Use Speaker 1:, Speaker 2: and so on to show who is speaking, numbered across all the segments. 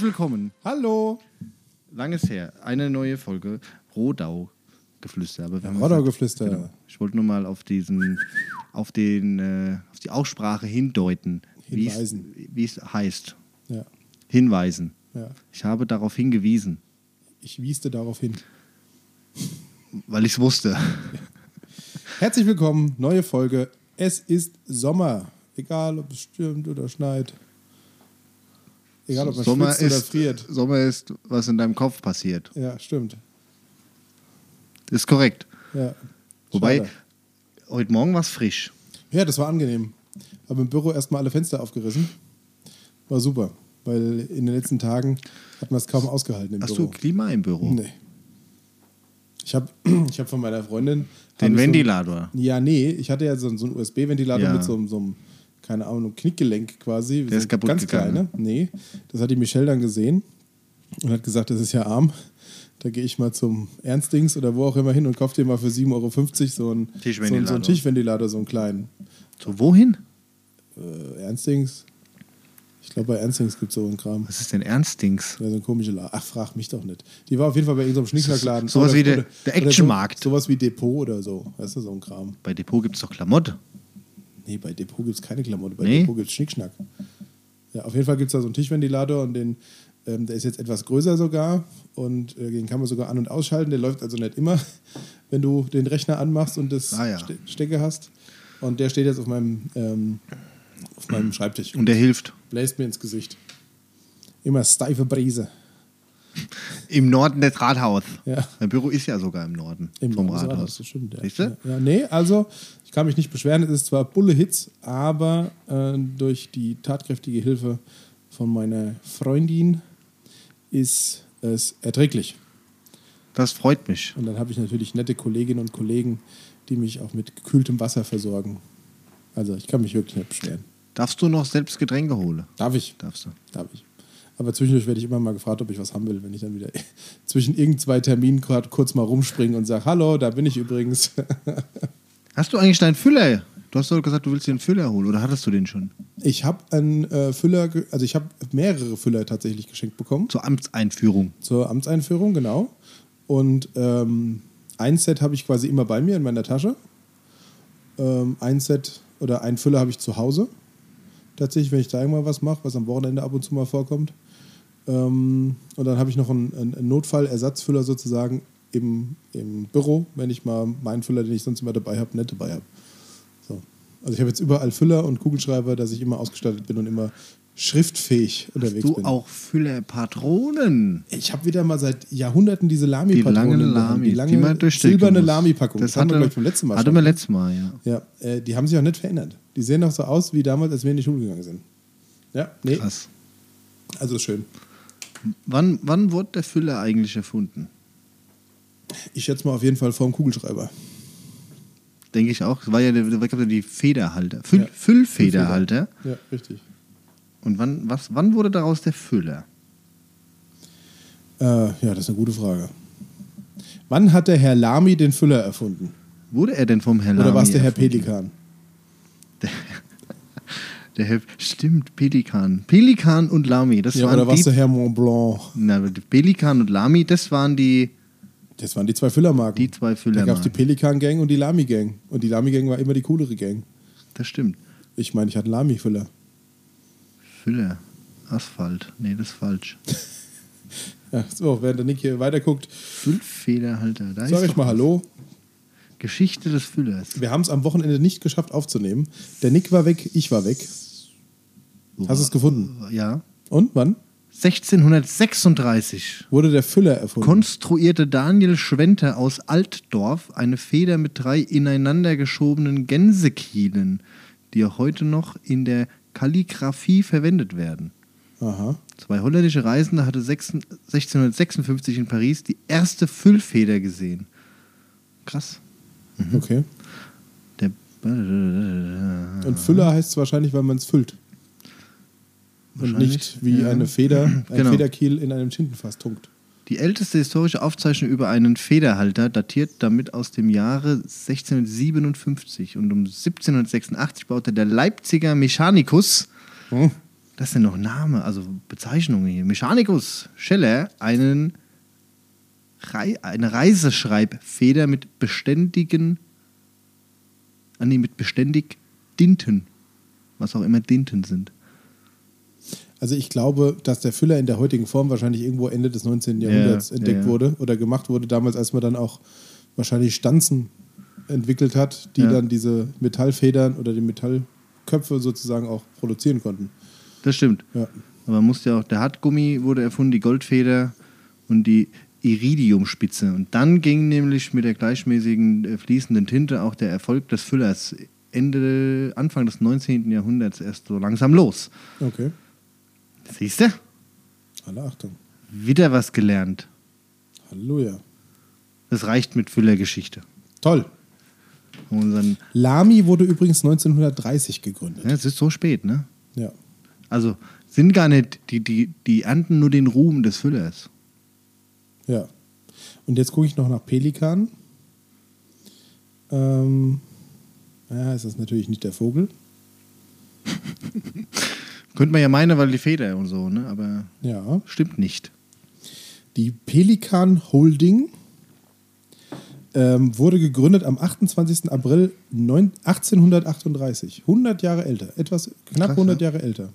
Speaker 1: willkommen.
Speaker 2: Hallo.
Speaker 1: Langes her. Eine neue Folge Rodau Geflüster. Aber wir haben
Speaker 2: Rodau
Speaker 1: gesagt-
Speaker 2: Geflüster.
Speaker 1: Genau. Ich wollte nur mal auf diesen, auf den, äh, auf die Aussprache hindeuten, wie es-
Speaker 2: Hinweisen.
Speaker 1: wie es heißt.
Speaker 2: Ja,
Speaker 1: Hinweisen.
Speaker 2: ja.
Speaker 1: Ich habe darauf hingewiesen,
Speaker 2: Ich wieste darauf hin.
Speaker 1: weil ich es wusste.
Speaker 2: Herzlich willkommen, neue Folge. Es ist Sommer. Egal, ob es stürmt oder schneit. Egal, ob man schwitzt oder
Speaker 1: ist,
Speaker 2: friert.
Speaker 1: Sommer ist, was in deinem Kopf passiert.
Speaker 2: Ja, stimmt.
Speaker 1: Ist korrekt.
Speaker 2: Ja.
Speaker 1: Wobei,
Speaker 2: Schade.
Speaker 1: heute Morgen war es frisch.
Speaker 2: Ja, das war angenehm. Aber im Büro erstmal alle Fenster aufgerissen. War super. Weil in den letzten Tagen hat man es kaum ausgehalten im
Speaker 1: Hast
Speaker 2: Büro.
Speaker 1: du Klima im Büro?
Speaker 2: Nee. Ich habe ich hab von meiner Freundin. hab
Speaker 1: Den
Speaker 2: ich
Speaker 1: Ventilator.
Speaker 2: So, ja, nee, ich hatte ja so, so einen USB-Ventilator
Speaker 1: Ja.
Speaker 2: mit so, einem- so einem, keine Ahnung, Knickgelenk quasi. so
Speaker 1: ist kaputt
Speaker 2: ganz
Speaker 1: gegangen.
Speaker 2: Kleine. Nee, das hat die Michelle dann gesehen und hat gesagt, das ist ja arm. Da gehe ich mal zum Ernstdings oder wo auch immer hin und kaufe dir mal für 7,50 Euro so einen so, einen- so
Speaker 1: Tischventilator.
Speaker 2: einen Tischventilator, so einen kleinen.
Speaker 1: So, wohin?
Speaker 2: Äh, Ernstdings? Ich glaube, bei Ernstdings gibt es so einen Kram.
Speaker 1: Was ist denn Ernstdings?
Speaker 2: Ja, so ein komischer Laden. Ach, frag mich doch nicht. Die war auf jeden Fall bei irgendeinem Schnickschnackladen.
Speaker 1: Sowas
Speaker 2: Oder-
Speaker 1: wie der-
Speaker 2: oder-
Speaker 1: der
Speaker 2: oder so-
Speaker 1: Actionmarkt.
Speaker 2: Sowas wie Depot oder so. Weißt du, so ein Kram.
Speaker 1: Bei Depot gibt es doch Klamotte.
Speaker 2: Nee, bei Depot gibt es keine Klamotte. Bei
Speaker 1: Nee?
Speaker 2: Depot gibt es Schnickschnack. Ja, auf jeden Fall gibt es da so einen Tischventilator und den, ähm, der ist jetzt etwas größer sogar und äh, den kann man sogar an- und ausschalten. Der läuft also nicht immer, wenn du den Rechner anmachst und das
Speaker 1: Ah, ja.
Speaker 2: Ste Stecke hast. Und der steht jetzt auf meinem, ähm, auf meinem Schreibtisch und
Speaker 1: Und der hilft.
Speaker 2: bläst mir ins Gesicht. Immer steife Brise.
Speaker 1: Im Norden des Rathaus.
Speaker 2: Ja.
Speaker 1: Mein Büro ist ja sogar im Norden vom
Speaker 2: Haus
Speaker 1: Rathaus.
Speaker 2: Das stimmt, ja.
Speaker 1: Siehst du?
Speaker 2: Ja, ja, nee, also ich kann mich nicht beschweren. Es ist zwar Bulle Hits, aber äh, durch die tatkräftige Hilfe von meiner Freundin ist es erträglich.
Speaker 1: Das freut mich.
Speaker 2: Und dann habe ich natürlich nette Kolleginnen und Kollegen, die mich auch mit gekühltem Wasser versorgen. Also ich kann mich wirklich nicht beschweren.
Speaker 1: Darfst du noch selbst Getränke holen?
Speaker 2: Darf ich?
Speaker 1: Darfst du.
Speaker 2: Darf ich. Aber zwischendurch werde ich immer mal gefragt, ob ich was haben will, wenn ich dann wieder zwischen irgend zwei Terminen gerade kurz mal rumspringe und sage, hallo, da bin ich übrigens.
Speaker 1: Hast du eigentlich deinen Füller? Du hast doch gesagt, du willst dir einen Füller holen. Oder hattest du den schon?
Speaker 2: Ich habe einen äh, Füller, ge- also ich habe mehrere Füller tatsächlich geschenkt bekommen
Speaker 1: Zur Amtseinführung.
Speaker 2: zur Amtseinführung, genau. Und ähm, ein Set habe ich quasi immer bei mir in meiner Tasche. Ähm, ein Set oder ein Füller habe ich zu Hause. Tatsächlich, wenn ich da irgendwann was mache, was am Wochenende ab und zu mal vorkommt. Ähm, und dann habe ich noch einen, einen einen Notfallersatzfüller sozusagen im, im Büro, wenn ich mal meinen Füller, den ich sonst immer dabei habe, nicht dabei habe. So. Also ich habe jetzt überall Füller und Kugelschreiber, dass ich immer ausgestattet bin und immer schriftfähig unterwegs
Speaker 1: Du
Speaker 2: bin.
Speaker 1: auch Füllerpatronen.
Speaker 2: Ich habe wieder mal seit Jahrhunderten diese
Speaker 1: Die
Speaker 2: Lami-Patronen.
Speaker 1: lange
Speaker 2: in der Hand.
Speaker 1: Lami,
Speaker 2: die, lange
Speaker 1: die man durchstecken
Speaker 2: silberne
Speaker 1: muss.
Speaker 2: Lami-Packung.
Speaker 1: Das,
Speaker 2: Das, hatten wir,
Speaker 1: hatte,
Speaker 2: glaube ich, beim letzten Mal
Speaker 1: Hatte
Speaker 2: schon.
Speaker 1: wir letztes Mal, ja.
Speaker 2: ja, äh, die haben sich auch nicht verändert. Die sehen noch so aus, wie damals, als wir in die Schule gegangen sind. Ja, nee,
Speaker 1: Krass.
Speaker 2: also schön.
Speaker 1: Wann, wann wurde der Füller eigentlich erfunden?
Speaker 2: Ich schätze mal auf jeden Fall vorm Kugelschreiber.
Speaker 1: Denke ich auch. Es war ja, der- da gab es ja die Federhalter. Füll,
Speaker 2: Ja.
Speaker 1: Füllfederhalter.
Speaker 2: Ja, richtig.
Speaker 1: Und wann, was, wann wurde daraus der Füller?
Speaker 2: Äh, ja, das ist eine gute Frage. Wann hat der Herr Lami den Füller erfunden?
Speaker 1: Wurde er denn vom Herrn
Speaker 2: Oder war es
Speaker 1: Lamy
Speaker 2: der Herr
Speaker 1: erfunden?
Speaker 2: Pelikan?
Speaker 1: Der Herr, stimmt, Pelikan. Pelikan und Lamy, das
Speaker 2: Ja,
Speaker 1: waren
Speaker 2: oder war es
Speaker 1: die.
Speaker 2: der Herr Mont Blanc?
Speaker 1: Na, die Pelikan und Lamy, das waren die.
Speaker 2: Das waren die zwei Füllermarken.
Speaker 1: Die zwei
Speaker 2: Da gab es
Speaker 1: Füllermarken.
Speaker 2: die Pelikan-Gang und die Lami-Gang. Und die Lami-Gang war immer die coolere Gang.
Speaker 1: Das stimmt.
Speaker 2: Ich meine, ich hatte einen Lami-Füller.
Speaker 1: Füller. Asphalt. Nee, das ist falsch.
Speaker 2: Ja, so, während der Nick hier weiterguckt,
Speaker 1: Füllfederhalter. Da
Speaker 2: sage
Speaker 1: ist
Speaker 2: ich mal Hallo.
Speaker 1: doch Geschichte des Füllers.
Speaker 2: Wir haben es am Wochenende nicht geschafft aufzunehmen. Der Nick war weg, ich war weg. Hast du es gefunden?
Speaker 1: Ja.
Speaker 2: Und wann
Speaker 1: 1636
Speaker 2: wurde der Füller erfunden?
Speaker 1: konstruierte Daniel Schwente aus Altdorf eine Feder mit drei ineinander geschobenen Gänsekielen, die auch heute noch in der Kalligraphie verwendet werden.
Speaker 2: Aha.
Speaker 1: Zwei holländische Reisende hatte 16 1656 in Paris die erste Füllfeder gesehen. Krass. Mhm.
Speaker 2: Okay.
Speaker 1: Der
Speaker 2: Und Füller heißt es wahrscheinlich, weil man es füllt. Und
Speaker 1: Wahrscheinlich,
Speaker 2: nicht wie
Speaker 1: ja.
Speaker 2: eine Feder, ein
Speaker 1: Genau.
Speaker 2: Federkiel in einem Tintenfass tunkt.
Speaker 1: die älteste historische Aufzeichnung über einen Federhalter datiert damit aus dem Jahre 1657 und um 1786 baute der Leipziger Mechanikus
Speaker 2: Hm?
Speaker 1: Das sind noch Namen, also Bezeichnungen hier. Mechanicus Scheller, einen Rei eine Reiseschreibfeder mit beständigen, ah nee, mit beständig Dinten, was auch immer Dinten sind.
Speaker 2: Also ich glaube, dass der Füller in der heutigen Form wahrscheinlich irgendwo Ende des 19.
Speaker 1: Ja,
Speaker 2: Jahrhunderts
Speaker 1: ja,
Speaker 2: entdeckt
Speaker 1: ja.
Speaker 2: wurde oder gemacht wurde, damals, als man dann auch wahrscheinlich Stanzen entwickelt hat, die
Speaker 1: Ja.
Speaker 2: dann diese Metallfedern oder die Metallköpfe sozusagen auch produzieren konnten.
Speaker 1: Das stimmt.
Speaker 2: Ja.
Speaker 1: Aber man musste ja auch, der Hartgummi wurde erfunden, die Goldfeder und die Iridiumspitze. Und dann ging nämlich mit der gleichmäßigen äh, fließenden Tinte auch der Erfolg des Füllers Ende, Anfang des 19. Jahrhunderts erst so langsam los.
Speaker 2: Okay.
Speaker 1: Siehst du?
Speaker 2: Alle Achtung.
Speaker 1: Wieder was gelernt.
Speaker 2: Halleluja.
Speaker 1: Das reicht mit Füllergeschichte.
Speaker 2: Toll.
Speaker 1: Und unseren,
Speaker 2: Lamy wurde übrigens 1930 gegründet.
Speaker 1: ja, es ist so spät, ne?
Speaker 2: Ja.
Speaker 1: Also sind gar nicht, die, die, die ernten nur den Ruhm des Füllers.
Speaker 2: Ja. Und jetzt gucke ich noch nach Pelikan. Ähm, ja, es ist natürlich nicht der Vogel.
Speaker 1: Könnte man ja meinen, weil die Feder und so, ne? Aber
Speaker 2: Ja.
Speaker 1: stimmt nicht.
Speaker 2: Die Pelikan Holding ähm, wurde gegründet am 28. April neun- 1838. 100 Jahre älter. Etwas knapp
Speaker 1: Krass,
Speaker 2: 100 Jahre älter.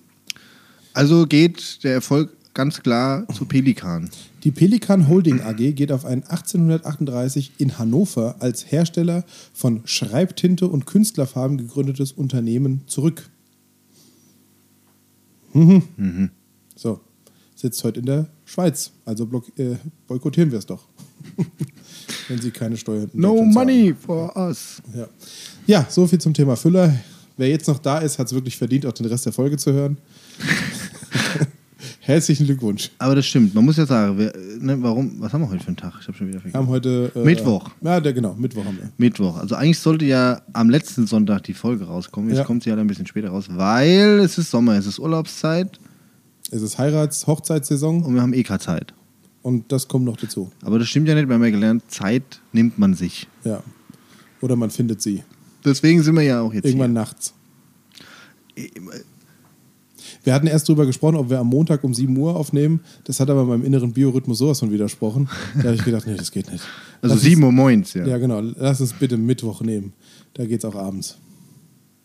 Speaker 1: Also geht der Erfolg ganz klar zu Pelikan.
Speaker 2: Die Pelikan Holding AG geht auf einen 1838 in Hannover als Hersteller von Schreibtinte und Künstlerfarben gegründetes Unternehmen zurück. Mhm. So, sitzt heute in der Schweiz, also block, äh, boykottieren wir es doch. Wenn sie keine Steuern in Deutschland zahlen.
Speaker 1: for us.
Speaker 2: Ja. ja, so viel zum Thema Füller. Wer jetzt noch da ist, hat es wirklich verdient, auch den Rest der Folge zu hören. Herzlichen Glückwunsch.
Speaker 1: Aber das stimmt, man muss ja sagen, wer, ne, warum, was haben wir heute für einen Tag? Ich habe schon wieder
Speaker 2: Wir
Speaker 1: vergessen.
Speaker 2: haben heute. äh,
Speaker 1: Mittwoch.
Speaker 2: Ja, der, genau, Mittwoch haben wir.
Speaker 1: Mittwoch. Also eigentlich sollte ja am letzten Sonntag die Folge rauskommen. Jetzt
Speaker 2: Ja.
Speaker 1: kommt sie halt ein bisschen später raus, weil es ist Sommer, es ist Urlaubszeit
Speaker 2: Es ist Heirats-, Hochzeitssaison
Speaker 1: und wir haben eh keine Zeit.
Speaker 2: und das kommt noch dazu.
Speaker 1: Aber das stimmt ja nicht, wir haben ja gelernt, Zeit nimmt man sich.
Speaker 2: Ja. Oder man findet sie.
Speaker 1: Deswegen sind wir ja auch jetzt Eh,
Speaker 2: Irgendwann nachts. Wir hatten erst drüber gesprochen, ob wir am Montag um 7 Uhr aufnehmen. Das hat aber meinem inneren Biorhythmus sowas von widersprochen. Da habe ich gedacht, nee, das geht nicht.
Speaker 1: hier. Also
Speaker 2: Lass
Speaker 1: 7 Uhr moins, ja.
Speaker 2: Uns, ja, genau. Lass uns bitte Mittwoch nehmen. Da geht's auch abends.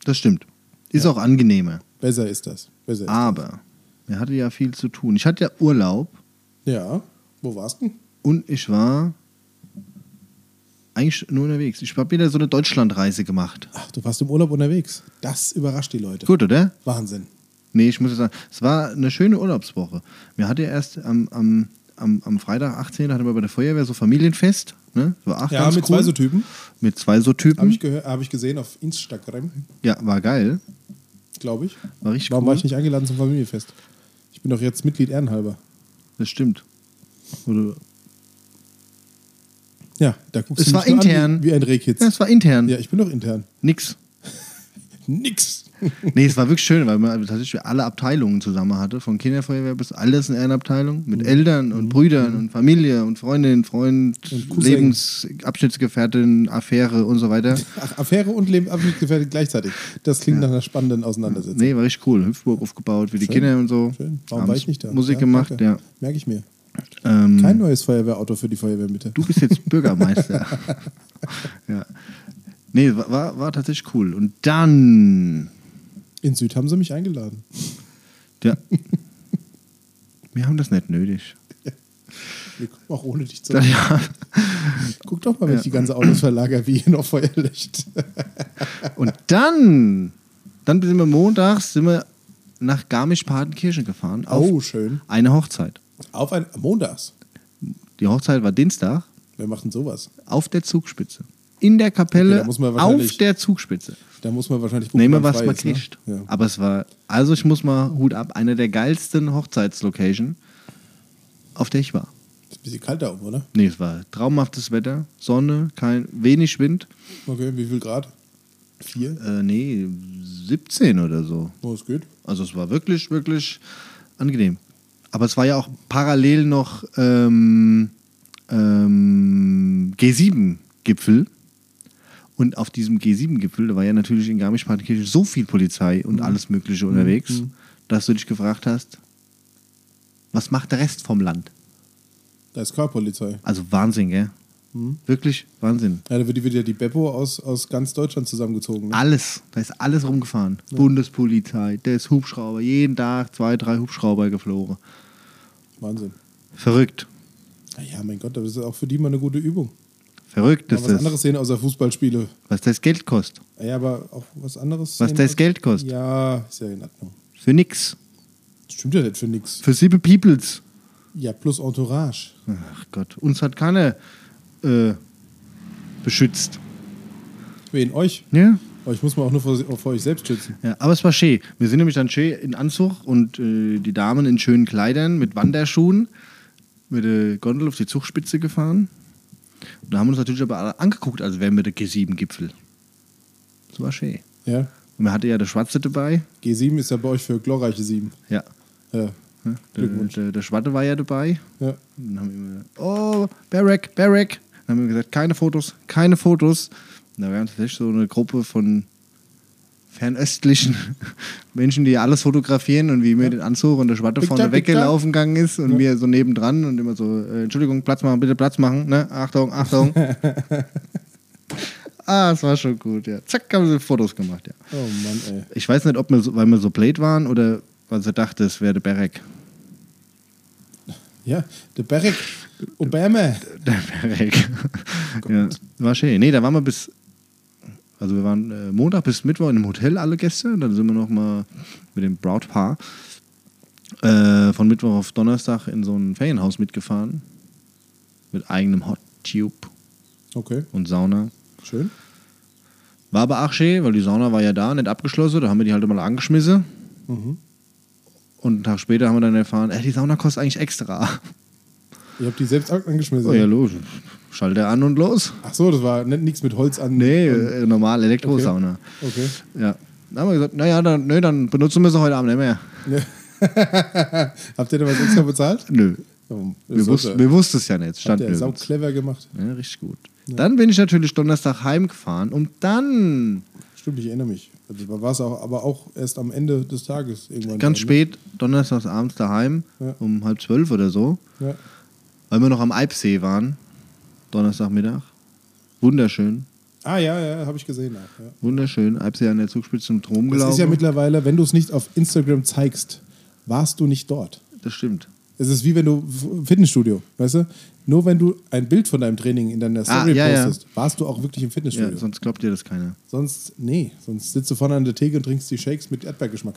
Speaker 1: Das stimmt. Ist auch angenehmer.
Speaker 2: Besser ist das. Besser ist
Speaker 1: Aber wir hatten ja viel zu tun. Ich hatte ja Urlaub
Speaker 2: Ja. Wo warst du?
Speaker 1: und ich war eigentlich nur unterwegs. Ich habe wieder so eine Deutschlandreise gemacht.
Speaker 2: Ach, du warst im Urlaub unterwegs. Das überrascht die Leute.
Speaker 1: Gut, oder?
Speaker 2: Wahnsinn.
Speaker 1: Nee, ich muss ja sagen, es war eine schöne Urlaubswoche. Wir hatten ja erst am, am, am, am Freitag 18. hatten wir bei der Feuerwehr so Familienfest. Ne? War auch
Speaker 2: Ja,
Speaker 1: ganz
Speaker 2: mit
Speaker 1: cool. Hm.
Speaker 2: zwei so Typen.
Speaker 1: Mit zwei so
Speaker 2: Habe
Speaker 1: Typen.
Speaker 2: ich, gehör- hab ich gesehen auf Instagram,
Speaker 1: ja, war geil.
Speaker 2: glaube ich.
Speaker 1: War richtig
Speaker 2: Warum
Speaker 1: cool.
Speaker 2: war ich nicht eingeladen zum Familienfest? Ich bin doch jetzt Mitglied ehrenhalber.
Speaker 1: Das stimmt. Oder
Speaker 2: Ja, da guckst
Speaker 1: Es
Speaker 2: du
Speaker 1: war
Speaker 2: mich nur
Speaker 1: intern.
Speaker 2: An, wie, wie ein Rehkitz.
Speaker 1: ja,
Speaker 2: Ja,
Speaker 1: es war intern.
Speaker 2: ich bin doch intern.
Speaker 1: Nix.
Speaker 2: Nix.
Speaker 1: Nee, es war wirklich schön, weil man tatsächlich alle Abteilungen zusammen hatte, von Kinderfeuerwehr bis alles in einer Abteilung,
Speaker 2: Mhm.
Speaker 1: mit Eltern und Brüdern und Familie und Freundinnen, Freund,
Speaker 2: Und Cousin.
Speaker 1: Lebensabschnittsgefährtin, Affäre und so weiter.
Speaker 2: Ach, Affäre und Lebensabschnitt gefährdet gleichzeitig. Das klingt nach einer spannenden Auseinandersetzung.
Speaker 1: Nee, war richtig cool. Hüpfburg aufgebaut für die
Speaker 2: Schön.
Speaker 1: Kinder und so.
Speaker 2: Schön. Warum war
Speaker 1: Abends
Speaker 2: ich nicht da?
Speaker 1: Musik
Speaker 2: Ja,
Speaker 1: gemacht,
Speaker 2: danke.
Speaker 1: ja.
Speaker 2: Merke ich mir.
Speaker 1: Ähm,
Speaker 2: Kein neues Feuerwehrauto für die Feuerwehr, bitte.
Speaker 1: du bist jetzt Bürgermeister. ja. Nee, war- war, war tatsächlich cool. Und dann.
Speaker 2: In Süd haben sie mich eingeladen.
Speaker 1: Ja. Wir haben das nicht nötig.
Speaker 2: Wir kommen auch ohne dich zu.
Speaker 1: Dann, ja.
Speaker 2: Guck doch mal, wenn ich die ganze Autos verlagere, wie hier noch Feuerlicht.
Speaker 1: Und dann, dann sind wir montags sind wir nach Garmisch-Partenkirchen gefahren auf
Speaker 2: Oh, schön.
Speaker 1: eine Hochzeit.
Speaker 2: Auf ein Montags.
Speaker 1: Die Hochzeit war Dienstag
Speaker 2: Wer macht denn sowas?
Speaker 1: auf der Zugspitze. In der Kapelle
Speaker 2: Okay, da muss man wahrscheinlich-
Speaker 1: auf der Zugspitze.
Speaker 2: Da muss man wahrscheinlich gucken,
Speaker 1: Nehmen wir,
Speaker 2: wann
Speaker 1: was
Speaker 2: frei
Speaker 1: man
Speaker 2: ist, ne?
Speaker 1: kriegt.
Speaker 2: Ja.
Speaker 1: Aber es war, also ich muss mal Hut ab, eine der geilsten Hochzeitslocation, auf der ich war.
Speaker 2: Ist ein bisschen kalt da oben, oder?
Speaker 1: Nee, es war traumhaftes Wetter, Sonne, kein, wenig Wind.
Speaker 2: Okay, wie viel Grad? Vier?
Speaker 1: Äh, nee, 17 oder so.
Speaker 2: Oh, es geht.
Speaker 1: Also es war wirklich, wirklich angenehm. Aber es war ja auch parallel noch ähm, ähm, G7-Gipfel. Und auf diesem G7-Gipfel, da war ja natürlich in Garmisch-Partenkirchen so viel Polizei und alles Mögliche unterwegs, dass du dich gefragt hast, was macht der Rest vom Land?
Speaker 2: Da ist Körperpolizei.
Speaker 1: Also Wahnsinn, gell? Wirklich Wahnsinn.
Speaker 2: Ja, da wird wieder die Beppo aus, aus ganz Deutschland zusammengezogen. Ne?
Speaker 1: Alles, da ist alles rumgefahren. Bundespolizei, der ist Hubschrauber, jeden Tag zwei, drei Hubschrauber geflogen.
Speaker 2: Wahnsinn.
Speaker 1: Verrückt,
Speaker 2: Ja, mein Gott, das ist auch für die mal eine gute Übung.
Speaker 1: verrückt
Speaker 2: Mal
Speaker 1: ist
Speaker 2: was
Speaker 1: das.
Speaker 2: anderes sehen außer Fußballspiele.
Speaker 1: Was das Geld kostet,
Speaker 2: Ja, aber auch was anderes.
Speaker 1: was
Speaker 2: sehen
Speaker 1: das
Speaker 2: als-
Speaker 1: Geld kostet.
Speaker 2: Ja, ist ja in Ordnung.
Speaker 1: Für nix.
Speaker 2: Das stimmt ja nicht für nichts.
Speaker 1: Für sieben Peoples.
Speaker 2: Ja, plus Entourage.
Speaker 1: Ach Gott, uns hat keiner äh, beschützt.
Speaker 2: Wen euch?
Speaker 1: Ja?
Speaker 2: Euch muss man auch nur vor, vor euch selbst schützen.
Speaker 1: ja? Aber es war schön. Wir sind nämlich dann schön in Anzug und äh, die Damen in schönen Kleidern mit Wanderschuhen mit der Gondel auf die Zugspitze gefahren. Und da haben wir uns natürlich aber alle angeguckt, als wären wir der G7-Gipfel. Das war schön.
Speaker 2: Ja.
Speaker 1: Und man hatte ja der Schwarze dabei.
Speaker 2: G7 ist ja bei euch für glorreiche 7.
Speaker 1: Ja.
Speaker 2: Ja.
Speaker 1: Ne? Der,
Speaker 2: Glückwunsch.
Speaker 1: der, der Schwarte war ja dabei.
Speaker 2: ja.
Speaker 1: Und dann haben wir immer, oh, Barack, Barack. Dann haben wir gesagt, keine Fotos, keine Fotos. Und da waren tatsächlich so eine Gruppe von fernöstlichen Menschen, die ja alles fotografieren und wie mir den Anzug und der Schwatte
Speaker 2: Picture,
Speaker 1: vorne
Speaker 2: picture.
Speaker 1: weggelaufen gegangen ist und wir so nebendran und immer so, äh, Entschuldigung, Platz machen, bitte Platz machen, ne? Achtung, Achtung. ah, es war schon gut, ja. Zack, haben sie Fotos gemacht, ja.
Speaker 2: Oh Mann, ey.
Speaker 1: Ich weiß nicht, ob wir so, weil wir so blöd waren oder weil sie dachte, es wäre der Barack.
Speaker 2: Ja, der Barack Obama.
Speaker 1: Der Berg. ja, war schön. Nee, da waren wir bis. Also, wir waren äh, Montag bis Mittwoch in einem Hotel, alle Gäste. Und dann sind wir nochmal mit dem Brautpaar äh, von Mittwoch auf Donnerstag in so ein Ferienhaus mitgefahren. Mit eigenem Hot Tube
Speaker 2: Okay,
Speaker 1: und Sauna.
Speaker 2: schön.
Speaker 1: War aber auch schön, weil die Sauna war ja da, nicht abgeschlossen. Da haben wir die halt mal angeschmissen.
Speaker 2: Mhm.
Speaker 1: Und einen Tag später haben wir dann erfahren, äh, die Sauna kostet eigentlich extra.
Speaker 2: Ihr habt die selbst an- angeschmissen.
Speaker 1: Oh ja, los. Schalter an und los.
Speaker 2: Ach so, das war nicht nichts mit Holz an.
Speaker 1: Nee,
Speaker 2: an-
Speaker 1: äh, normal Elektrosauna.
Speaker 2: Okay.
Speaker 1: Ja. Dann haben wir gesagt, naja, dann, nö, dann benutzen wir sie heute Abend nicht mehr.
Speaker 2: Habt ihr da was extra bezahlt?
Speaker 1: Nö.
Speaker 2: Oh, das
Speaker 1: Wir,
Speaker 2: sollte-
Speaker 1: wussten, wir wussten es ja nicht. es
Speaker 2: Hat
Speaker 1: Stand
Speaker 2: der sau
Speaker 1: nirgends.
Speaker 2: clever gemacht.
Speaker 1: Ja, richtig gut. Dann bin ich natürlich Donnerstag heimgefahren und dann,
Speaker 2: Stimmt, ich erinnere mich. Also, war es auch, aber auch erst am Ende des Tages irgendwann.
Speaker 1: ganz
Speaker 2: dann, ne?
Speaker 1: spät, donnerstags abends daheim,
Speaker 2: Ja.
Speaker 1: um halb zwölf oder so,
Speaker 2: Ja.
Speaker 1: weil wir noch am Alpsee waren, Donnerstagmittag. Wunderschön,
Speaker 2: Ah ja, ja, habe ich gesehen. Ja. ja.
Speaker 1: wunderschön. Alpsee an der Zugspitze zum Drum
Speaker 2: Das
Speaker 1: gelaufen.
Speaker 2: ist ja mittlerweile, wenn du es nicht auf Instagram zeigst, warst du nicht dort.
Speaker 1: das stimmt.
Speaker 2: Es ist wie wenn du F- Fitnessstudio, weißt du? Nur wenn du ein Bild von deinem Training in deiner
Speaker 1: Ah,
Speaker 2: Story
Speaker 1: ja, ja.
Speaker 2: postest, warst du auch wirklich im Fitnessstudio.
Speaker 1: Ja, sonst glaubt dir das keiner.
Speaker 2: sonst, nee, sonst sitzt du vorne an der Theke und trinkst die Shakes mit Erdbeergeschmack.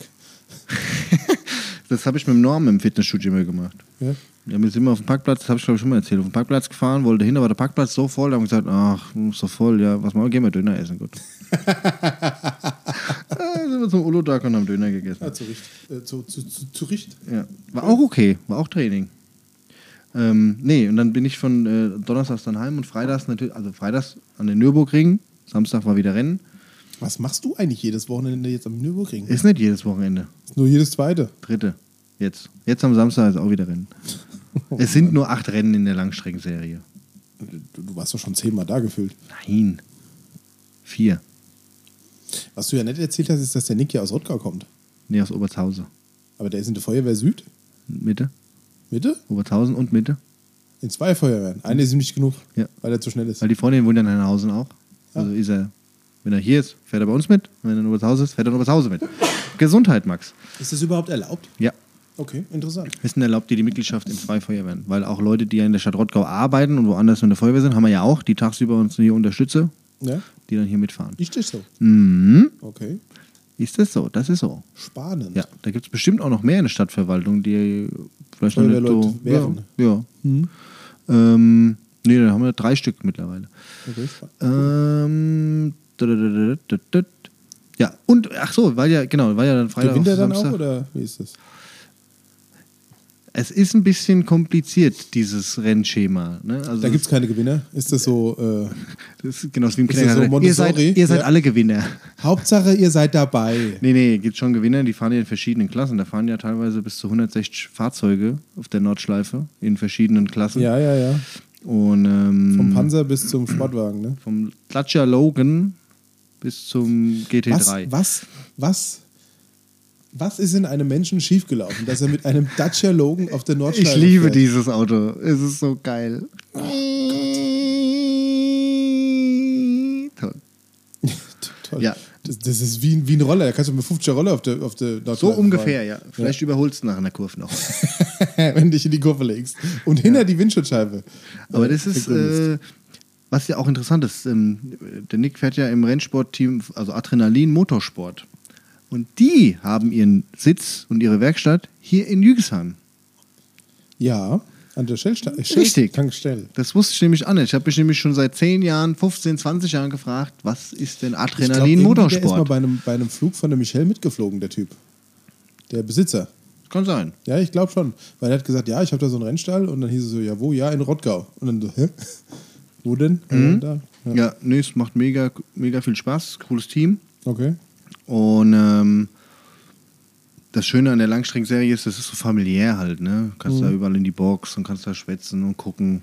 Speaker 1: Das habe ich mit dem Norm im Fitnessstudio immer gemacht.
Speaker 2: Ja?
Speaker 1: Ja, wir sind mal auf dem Parkplatz, das habe ich glaube ich schon mal erzählt, auf dem Parkplatz gefahren, wollte hin, aber der Parkplatz so voll, da haben wir gesagt, ach, ist so voll, ja, was machen wir, gehen wir Döner essen, gut. ja, sind wir zum Olodag und haben Döner gegessen.
Speaker 2: Ja, zu Recht. Äh, zu, zu, zu, zu Recht.
Speaker 1: Ja, war auch okay, war auch Training. Ähm, nee, und dann bin ich von äh, Donnerstags dann heim und Freitags natürlich, also Freitags an den Nürburgring, Samstag war wieder Rennen,
Speaker 2: Was machst du eigentlich jedes Wochenende jetzt am Nürburgring?
Speaker 1: ist nicht jedes Wochenende,
Speaker 2: Nur jedes zweite.
Speaker 1: dritte, jetzt. Jetzt am Samstag ist auch wieder Rennen. Es sind nur acht Rennen in der Langstreckenserie.
Speaker 2: Du, du warst doch schon zehnmal da gefühlt.
Speaker 1: Nein, vier.
Speaker 2: Was du ja nicht erzählt hast, ist, dass der Nick ja aus Rottgau kommt.
Speaker 1: Nee, aus Oberzhausen.
Speaker 2: Aber der ist in der Feuerwehr Süd,
Speaker 1: Mitte.
Speaker 2: Mitte,
Speaker 1: Oberzhausen und Mitte.
Speaker 2: in zwei Feuerwehren. Eine ist ihm nicht genug,
Speaker 1: Ja.
Speaker 2: weil er zu schnell ist.
Speaker 1: Weil die Freundin wohnt ja in Herrenhausen auch. Also ist er, wenn er hier ist, fährt er bei uns mit. Wenn er in Oberzhausen ist, fährt er in Oberzhausen mit. Gesundheit, Max.
Speaker 2: Ist das überhaupt erlaubt?
Speaker 1: Ja.
Speaker 2: Okay, interessant.
Speaker 1: Wissen erlaubt dir die Mitgliedschaft in freien Feuerwehren. Weil auch Leute, die ja in der Stadt Rottgau arbeiten und woanders in der Feuerwehr sind, haben wir ja auch, die tagsüber uns hier unterstützen,
Speaker 2: Ja,
Speaker 1: die dann hier mitfahren.
Speaker 2: ich stehe so.
Speaker 1: Mhm.
Speaker 2: Okay.
Speaker 1: Ist das so? Das ist so.
Speaker 2: Spannend.
Speaker 1: Ja, da gibt es bestimmt auch noch mehr in der Stadtverwaltung, die vielleicht noch nicht
Speaker 2: Feuerwehrleute
Speaker 1: so...
Speaker 2: wären.
Speaker 1: Ja, ja. Ähm, nee, da haben wir drei Stück mittlerweile.
Speaker 2: Okay, spa-
Speaker 1: Ähm, dadadadadadadad. ja, und ach so, weil ja, genau, weil ja dann Freitag
Speaker 2: Gewinnt er
Speaker 1: auf
Speaker 2: dann
Speaker 1: Samstag.
Speaker 2: auch oder wie ist das?
Speaker 1: Es ist ein bisschen kompliziert, dieses Rennschema. Ne? Also
Speaker 2: Da gibt es keine Gewinner. Ist das so? Äh,
Speaker 1: das ist, genau, das ist wie im
Speaker 2: Ist das so
Speaker 1: Kindergarten. ihr seid,
Speaker 2: Montessori?
Speaker 1: ihr seid
Speaker 2: Ja.
Speaker 1: alle Gewinner.
Speaker 2: Hauptsache, ihr seid dabei.
Speaker 1: Nee, nee, gibt schon Gewinner, die fahren ja in verschiedenen Klassen. Da fahren ja teilweise bis zu 160 Fahrzeuge auf der Nordschleife in verschiedenen Klassen.
Speaker 2: Ja, ja, ja.
Speaker 1: Und
Speaker 2: Vom
Speaker 1: ähm,
Speaker 2: Panzer bis zum Sportwagen. Ne?
Speaker 1: vom Klatscher Logan bis zum GT3.
Speaker 2: Was, was, was Was ist in einem Menschen schiefgelaufen, dass er mit einem Dacia Logan auf der Nordschleife
Speaker 1: Ich liebe
Speaker 2: fährt?
Speaker 1: dieses Auto. Es ist so geil. Toll.
Speaker 2: Toll.
Speaker 1: Ja.
Speaker 2: Das, das ist wie, ein- wie ein Roller. Da kannst du mit 50er Roller auf der, auf der Nordschleife
Speaker 1: So ungefähr,
Speaker 2: fahren.
Speaker 1: ja. Vielleicht überholst du nach einer Kurve noch.
Speaker 2: Wenn du dich in die Kurve legst. Und hinter die Windschutzscheibe.
Speaker 1: Aber das ist,
Speaker 2: verkrümmst.
Speaker 1: äh, was ja auch interessant ist. Ähm, der Nick fährt ja im Rennsportteam, also Adrenalin Motorsport. Und die haben ihren Sitz und ihre Werkstatt hier in Jügesheim.
Speaker 2: Ja, an der Shell-Tankstelle.
Speaker 1: Richtig.
Speaker 2: Tankstelle.
Speaker 1: Das wusste ich nämlich auch nicht. Ich habe mich nämlich schon seit 10 Jahren, 15, 20 Jahren gefragt, was ist denn
Speaker 2: Ich glaub, irgendwie,
Speaker 1: Adrenalin
Speaker 2: Der ist mal
Speaker 1: Motorsport?
Speaker 2: bei einem, bei einem Flug von der Michelle mitgeflogen, der Typ. Der Besitzer.
Speaker 1: Kann sein.
Speaker 2: Ja, ich glaube schon. Weil er hat gesagt, ja, ich habe da so einen Rennstall. Und dann hieß es so, ja, wo? Ja, in Rottgau. Und dann so, hä? Wo denn? Mhm. Da.
Speaker 1: Ja, nee, es macht mega, mega viel Spaß. Cooles Team.
Speaker 2: Okay.
Speaker 1: Und ähm, das Schöne an der Langstreckenserie ist, das ist so familiär halt, ne? Du kannst da überall in die Box und kannst da schwätzen und gucken.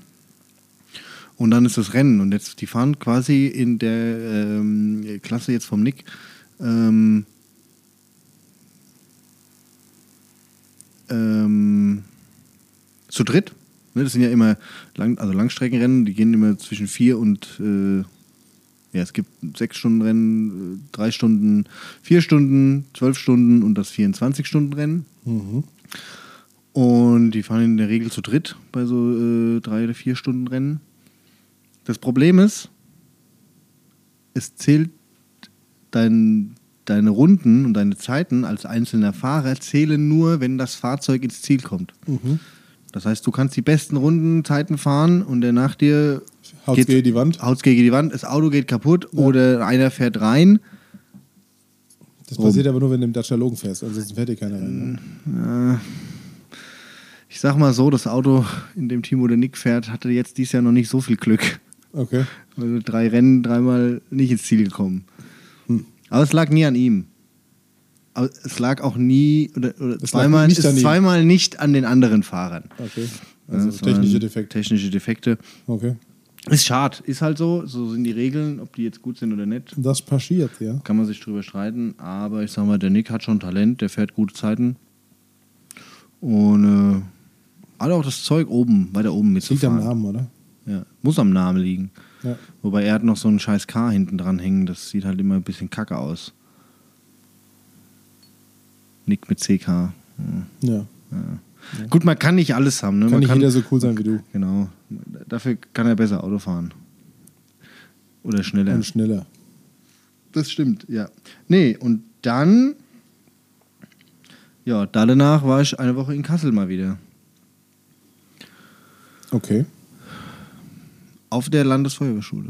Speaker 1: Und dann ist das Rennen. Und jetzt, die fahren quasi in der ähm, Klasse jetzt vom Nick. Ähm, ähm, zu dritt. Ne, das sind ja immer Lang also Langstreckenrennen, die gehen immer zwischen vier und äh, ja, es gibt sechs Stunden Rennen, äh, drei Stunden, vier Stunden, zwölf Stunden und das 24 Stunden Rennen.
Speaker 2: Mhm.
Speaker 1: Und die fahren in der Regel zu dritt bei so äh, drei oder vier Stunden Rennen. Das Problem ist, es zählt dein, deine Runden und deine Zeiten als einzelner Fahrer zählen nur, wenn das Fahrzeug ins Ziel kommt.
Speaker 2: Mhm.
Speaker 1: Das heißt, du kannst die besten Rundenzeiten fahren und der nach dir
Speaker 2: Haut's
Speaker 1: geht-
Speaker 2: gegen die Wand.
Speaker 1: haut's gegen die Wand, das Auto geht kaputt oder einer fährt rein.
Speaker 2: Das passiert aber nur, wenn du im Dacia Logan fährst. Ansonsten fährt dir keiner rein. ne?
Speaker 1: Ich sag mal so, das Auto, in dem Timo der Nick fährt, hatte jetzt dieses Jahr noch nicht so viel Glück.
Speaker 2: Okay.
Speaker 1: Also drei Rennen, dreimal nicht ins Ziel gekommen.
Speaker 2: Hm.
Speaker 1: Aber es lag nie an ihm. Aber es lag auch nie, oder, oder
Speaker 2: Es lag
Speaker 1: zweimal,
Speaker 2: nicht
Speaker 1: ist
Speaker 2: an ihm.
Speaker 1: zweimal nicht an den anderen Fahrern.
Speaker 2: Okay.
Speaker 1: Ja,
Speaker 2: Also
Speaker 1: es waren
Speaker 2: technische Defekte.
Speaker 1: Technische Defekte.
Speaker 2: Okay.
Speaker 1: Ist schade, ist halt so. So sind die Regeln, ob die jetzt gut sind oder nicht.
Speaker 2: Das passiert, ja.
Speaker 1: Kann man sich drüber streiten, aber ich sag mal, der Nick hat schon Talent, der fährt gute Zeiten. Und äh, hat auch das Zeug oben, weiter oben
Speaker 2: Liegt am
Speaker 1: mitzufahren.
Speaker 2: Namen, oder?
Speaker 1: Ja, muss am Namen liegen.
Speaker 2: Ja.
Speaker 1: Wobei er hat noch so einen scheiß K hinten dran hängen, das sieht halt immer ein bisschen kacke aus. Nick mit CK. Ja.
Speaker 2: ja.
Speaker 1: Gut, man kann nicht alles haben. Ne?
Speaker 2: Kann
Speaker 1: man
Speaker 2: nicht jeder so cool sein wie du.
Speaker 1: Genau. Dafür kann er besser Auto fahren. Oder schneller.
Speaker 2: Und schneller.
Speaker 1: Das stimmt, ja. Nee, und dann, ja, da danach war ich eine Woche in Kassel mal wieder.
Speaker 2: Okay.
Speaker 1: Auf der Landesfeuerwehrschule.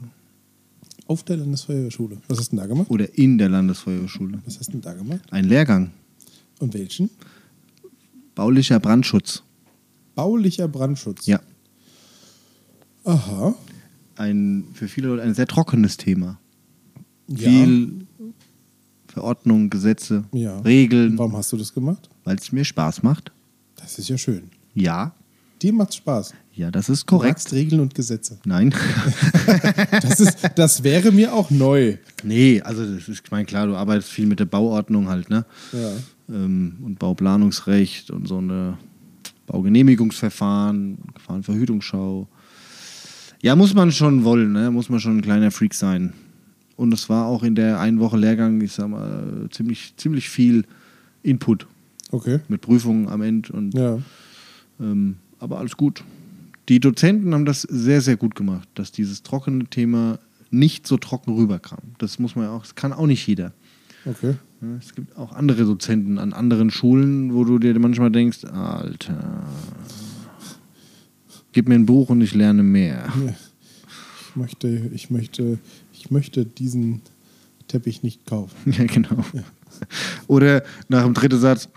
Speaker 2: Auf der Landesfeuerwehrschule. Was hast du denn da gemacht?
Speaker 1: Oder in der Landesfeuerwehrschule.
Speaker 2: Was hast du denn da gemacht?
Speaker 1: Ein Lehrgang.
Speaker 2: Und welchen?
Speaker 1: Baulicher Brandschutz.
Speaker 2: Baulicher Brandschutz.
Speaker 1: Ja.
Speaker 2: Aha.
Speaker 1: Ein, für viele Leute ein sehr trockenes Thema.
Speaker 2: Ja.
Speaker 1: Viel Verordnungen, Gesetze,
Speaker 2: Ja.
Speaker 1: Regeln,
Speaker 2: Warum hast du das gemacht?
Speaker 1: weil es mir Spaß macht.
Speaker 2: Das ist ja schön.
Speaker 1: Ja,
Speaker 2: Dir macht's Spaß. Du
Speaker 1: ja, das ist korrekt.
Speaker 2: magst Regeln und Gesetze.
Speaker 1: Nein.
Speaker 2: Das, ist, das wäre mir auch neu.
Speaker 1: nee, also das ist, ich meine, klar, du arbeitest viel mit der Bauordnung halt, ne?
Speaker 2: Ja.
Speaker 1: ähm, und Bauplanungsrecht und so eine Baugenehmigungsverfahren, Gefahrenverhütungsschau. Ja, muss man schon wollen, ne? muss man schon ein kleiner Freak sein. Und es war auch in der einen Woche Lehrgang, ich sag mal, ziemlich, ziemlich viel Input
Speaker 2: Okay.
Speaker 1: mit Prüfungen am Ende und
Speaker 2: Ja.
Speaker 1: ähm, aber alles gut. Die Dozenten haben das sehr, sehr gut gemacht, dass dieses trockene Thema nicht so trocken rüberkam. Das muss man ja auch, das kann auch nicht jeder.
Speaker 2: Okay.
Speaker 1: Ja, Ne? Es gibt auch andere Dozenten an anderen Schulen, wo du dir manchmal denkst, Alter, gib mir ein Buch und ich lerne mehr.
Speaker 2: Ich möchte, ich möchte, ich möchte diesen Teppich nicht kaufen.
Speaker 1: Ja, genau. Oder nach dem dritten Satz,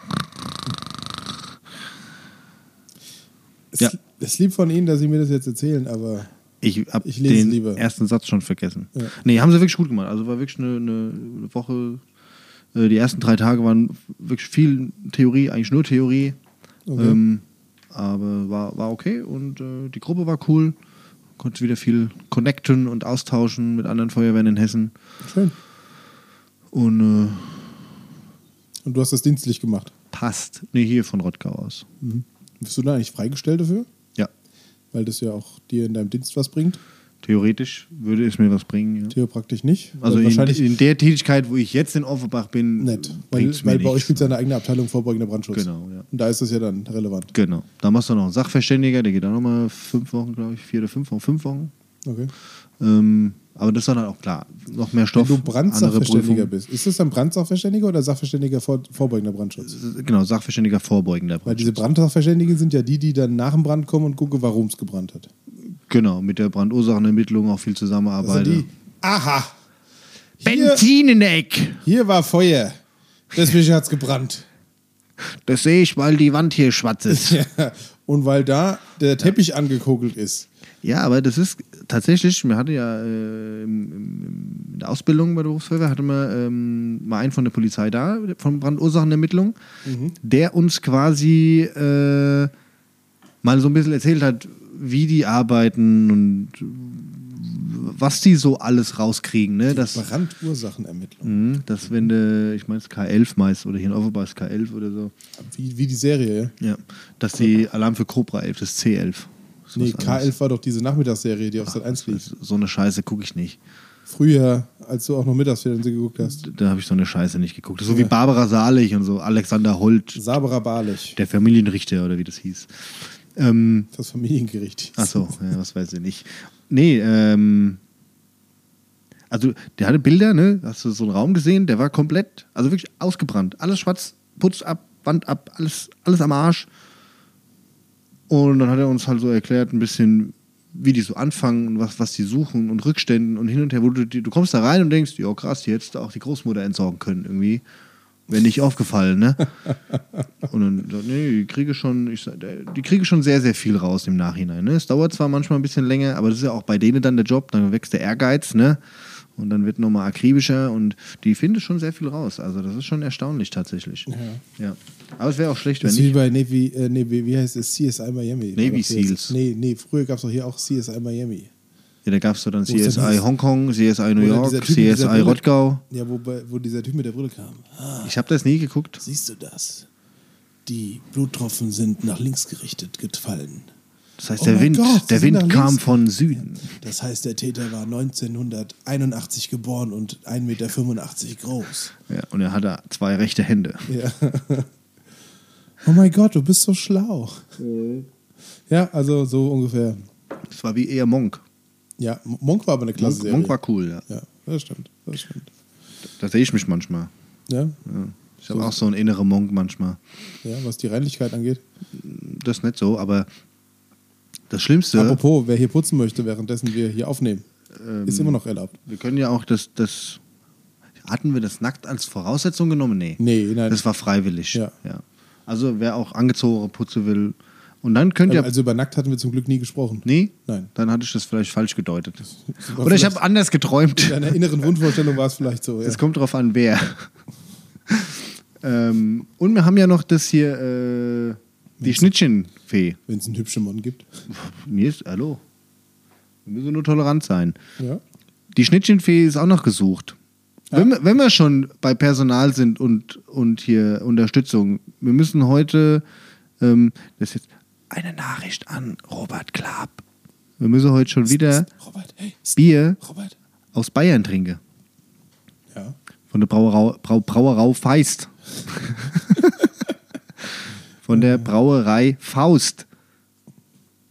Speaker 2: Es,
Speaker 1: Ja.
Speaker 2: es lieb von Ihnen, dass Sie mir das jetzt erzählen, aber
Speaker 1: ich habe
Speaker 2: Ich lese
Speaker 1: den
Speaker 2: lieber.
Speaker 1: ersten Satz schon vergessen.
Speaker 2: Ja.
Speaker 1: Nee, haben sie wirklich gut gemacht. Also war wirklich eine, eine Woche, äh, die ersten drei Tage waren wirklich viel Theorie, eigentlich nur Theorie.
Speaker 2: Okay.
Speaker 1: Ähm, aber war, war okay und äh, die Gruppe war cool. Konnte wieder viel connecten und austauschen mit anderen Feuerwehren in Hessen.
Speaker 2: schön.
Speaker 1: Und äh,
Speaker 2: Und Und du hast das dienstlich gemacht. Mhm.
Speaker 1: Passt. Nee, hier von Rottgau aus.
Speaker 2: Bist du da eigentlich freigestellt dafür?
Speaker 1: Ja.
Speaker 2: Weil das ja auch dir in deinem Dienst was bringt.
Speaker 1: Theoretisch würde es mir was bringen. Ja.
Speaker 2: Theopraktisch nicht.
Speaker 1: Also
Speaker 2: Weil
Speaker 1: in,
Speaker 2: wahrscheinlich
Speaker 1: in der Tätigkeit, wo ich jetzt in Offenbach bin,
Speaker 2: nett. Weil,
Speaker 1: bringt's mir
Speaker 2: weil bei euch
Speaker 1: nichts. ne?
Speaker 2: spielt ja eine eigene Abteilung vorbeugender Brandschutz.
Speaker 1: Genau, ja.
Speaker 2: Und da ist das ja dann relevant.
Speaker 1: Genau. Da machst du noch einen Sachverständiger, der geht auch nochmal fünf Wochen, glaube ich, vier oder fünf Wochen, fünf Wochen.
Speaker 2: Okay.
Speaker 1: Ähm, aber das war dann auch klar. Noch mehr
Speaker 2: Wenn
Speaker 1: Stoff.
Speaker 2: du
Speaker 1: andere
Speaker 2: Brandsachverständiger
Speaker 1: Prüfungen.
Speaker 2: bist, ist das dann Brandsachverständiger oder Sachverständiger vor, vorbeugender Brandschutz?
Speaker 1: Genau, Sachverständiger vorbeugender
Speaker 2: Weil
Speaker 1: Brand.
Speaker 2: diese Brandsachverständigen sind ja die, die dann nach dem Brand kommen und gucken, warum es gebrannt hat.
Speaker 1: Genau, mit der Brandursachenermittlung auch viel Also
Speaker 2: Das sind Also die.
Speaker 1: zusammenarbeiten.
Speaker 2: Aha! Hier,
Speaker 1: Bentineneck!
Speaker 2: hier war Feuer. Deswegen hat es gebrannt.
Speaker 1: Das sehe ich, weil die Wand hier schwarz ist.
Speaker 2: Ja. Und weil da der Teppich angekokelt ist.
Speaker 1: Ja, aber das ist tatsächlich, wir hatten ja äh, im- im- im- in der Ausbildung bei der Berufsfeuerwehr, hatten wir ähm, mal einen von der Polizei da, von Brandursachenermittlung,
Speaker 2: Mhm.
Speaker 1: der uns quasi äh, mal so ein bisschen erzählt hat, wie die arbeiten und was die so alles rauskriegen. Ne? Das,
Speaker 2: Brandursachenermittlung.
Speaker 1: Mhm, dass wenn du, ich meine es ist K11 meist oder hier in Offenbach ist K11 oder so,
Speaker 2: Wie, wie die Serie, ja?
Speaker 1: ja, dass die Alarm für Cobra 11, das ist C11. Das ist
Speaker 2: Nee,
Speaker 1: was anderes.
Speaker 2: K11 war doch diese Nachmittagsserie, die auf Sat 1 lief.
Speaker 1: So eine Scheiße gucke ich nicht.
Speaker 2: Früher, als du auch noch Mittagsfernsehen geguckt hast.
Speaker 1: Da habe ich so eine Scheiße nicht geguckt. So wie Barbara Salich und so Alexander Holt,
Speaker 2: Sabra Barlich,
Speaker 1: der Familienrichter oder wie das hieß. Ähm,
Speaker 2: das Familiengericht.
Speaker 1: ach so, ja, was weiß ich nicht. Nee, ähm, also der hatte Bilder, ne? Hast du so einen Raum gesehen? Der war komplett, also wirklich ausgebrannt. Alles schwarz, putzt ab, Wand ab, alles, alles am Arsch. Und dann hat er uns halt so erklärt, ein bisschen, wie die so anfangen und was, was die suchen und Rückständen und hin und her. Wo du, die- du kommst da rein und denkst, ja krass, die hättest du auch die Großmutter entsorgen können irgendwie. Wäre nicht aufgefallen, ne? Und dann, so, nee, die kriege schon, ich, sag, der- die kriege schon sehr, sehr viel raus im Nachhinein. Ne? Es dauert zwar manchmal ein bisschen länger, aber das ist ja auch bei denen dann der Job, dann wächst der Ehrgeiz, ne? Und dann wird nochmal akribischer und die findet schon sehr viel raus. Also das ist schon erstaunlich tatsächlich. Ja. Aber es wäre auch schlecht, wenn
Speaker 2: Das ist wie
Speaker 1: nicht.
Speaker 2: bei Navy, äh, nee, wie, wie heißt es? CSI Miami.
Speaker 1: Navy
Speaker 2: War doch früher-
Speaker 1: Seals.
Speaker 2: Nee, nee, früher gab es doch hier auch CSI Miami.
Speaker 1: Ja, da gab es dann
Speaker 2: Wo ist denn
Speaker 1: CSI
Speaker 2: dieses-
Speaker 1: Hongkong, CSI
Speaker 2: Wo
Speaker 1: New
Speaker 2: dann
Speaker 1: York,
Speaker 2: dieser Typ mit dieser
Speaker 1: CSI
Speaker 2: Brille-
Speaker 1: Rottgau.
Speaker 2: Ja, wo, bei- wo dieser Typ mit der Brille kam. Ah,
Speaker 1: Ich habe das nie geguckt.
Speaker 2: siehst du das? Die Bluttropfen sind nach links gerichtet gefallen.
Speaker 1: Das heißt,
Speaker 2: Oh
Speaker 1: der
Speaker 2: mein
Speaker 1: Wind,
Speaker 2: Gott,
Speaker 1: der
Speaker 2: sie sind
Speaker 1: Wind
Speaker 2: nach
Speaker 1: kam
Speaker 2: links.
Speaker 1: von Süden.
Speaker 2: Das heißt, der Täter war 1981 geboren und 1,85 Meter groß.
Speaker 1: Ja, und er hatte zwei rechte Hände.
Speaker 2: Ja. Oh mein Gott, du bist so schlau. Ja, also so ungefähr.
Speaker 1: Das war wie eher Monk.
Speaker 2: Ja, M- Monk war aber eine klasse
Speaker 1: Monk,
Speaker 2: Serie.
Speaker 1: Monk war cool, ja.
Speaker 2: ja, das stimmt. Das stimmt.
Speaker 1: Da sehe ich mich manchmal.
Speaker 2: Ja,
Speaker 1: Ja. Ich habe auch so einen inneren Monk manchmal.
Speaker 2: ja, was die Reinlichkeit angeht.
Speaker 1: Das ist nicht so, aber das Schlimmste,
Speaker 2: Apropos, wer hier putzen möchte, währenddessen wir hier aufnehmen,
Speaker 1: Ähm,
Speaker 2: ist immer noch erlaubt.
Speaker 1: wir können ja auch das, das. Hatten wir das nackt als Voraussetzung genommen? Nee.
Speaker 2: Nee, nein.
Speaker 1: Das war freiwillig.
Speaker 2: Ja.
Speaker 1: Also wer auch angezogene Putze will. Und dann könnt ihr.
Speaker 2: Also über nackt hatten wir zum Glück nie gesprochen.
Speaker 1: nee?
Speaker 2: Nein.
Speaker 1: Dann hatte ich das vielleicht falsch gedeutet.
Speaker 2: war
Speaker 1: Oder ich
Speaker 2: vielleicht-
Speaker 1: habe anders geträumt.
Speaker 2: In deiner inneren Wunschvorstellung war es vielleicht so. Ja.
Speaker 1: Es kommt drauf an, wer. ähm, und wir haben ja noch das hier, äh, die Schnittchenfee.
Speaker 2: Wenn es einen hübschen Mann gibt.
Speaker 1: Mir ist, hallo. Wir müssen nur tolerant sein.
Speaker 2: Ja.
Speaker 1: Die Schnittchenfee ist auch noch gesucht. Wenn, wir- wenn wir schon bei Personal sind und, und hier Unterstützung, wir müssen heute ähm, das ist jetzt eine Nachricht an Robert Klapp. Wir müssen heute schon wieder
Speaker 2: Robert, hey.
Speaker 1: Bier
Speaker 2: Robert.
Speaker 1: aus Bayern trinken.
Speaker 2: Ja.
Speaker 1: Von der Brauerau, Brau, Brauerau Feist. Von der Brauerei Faust.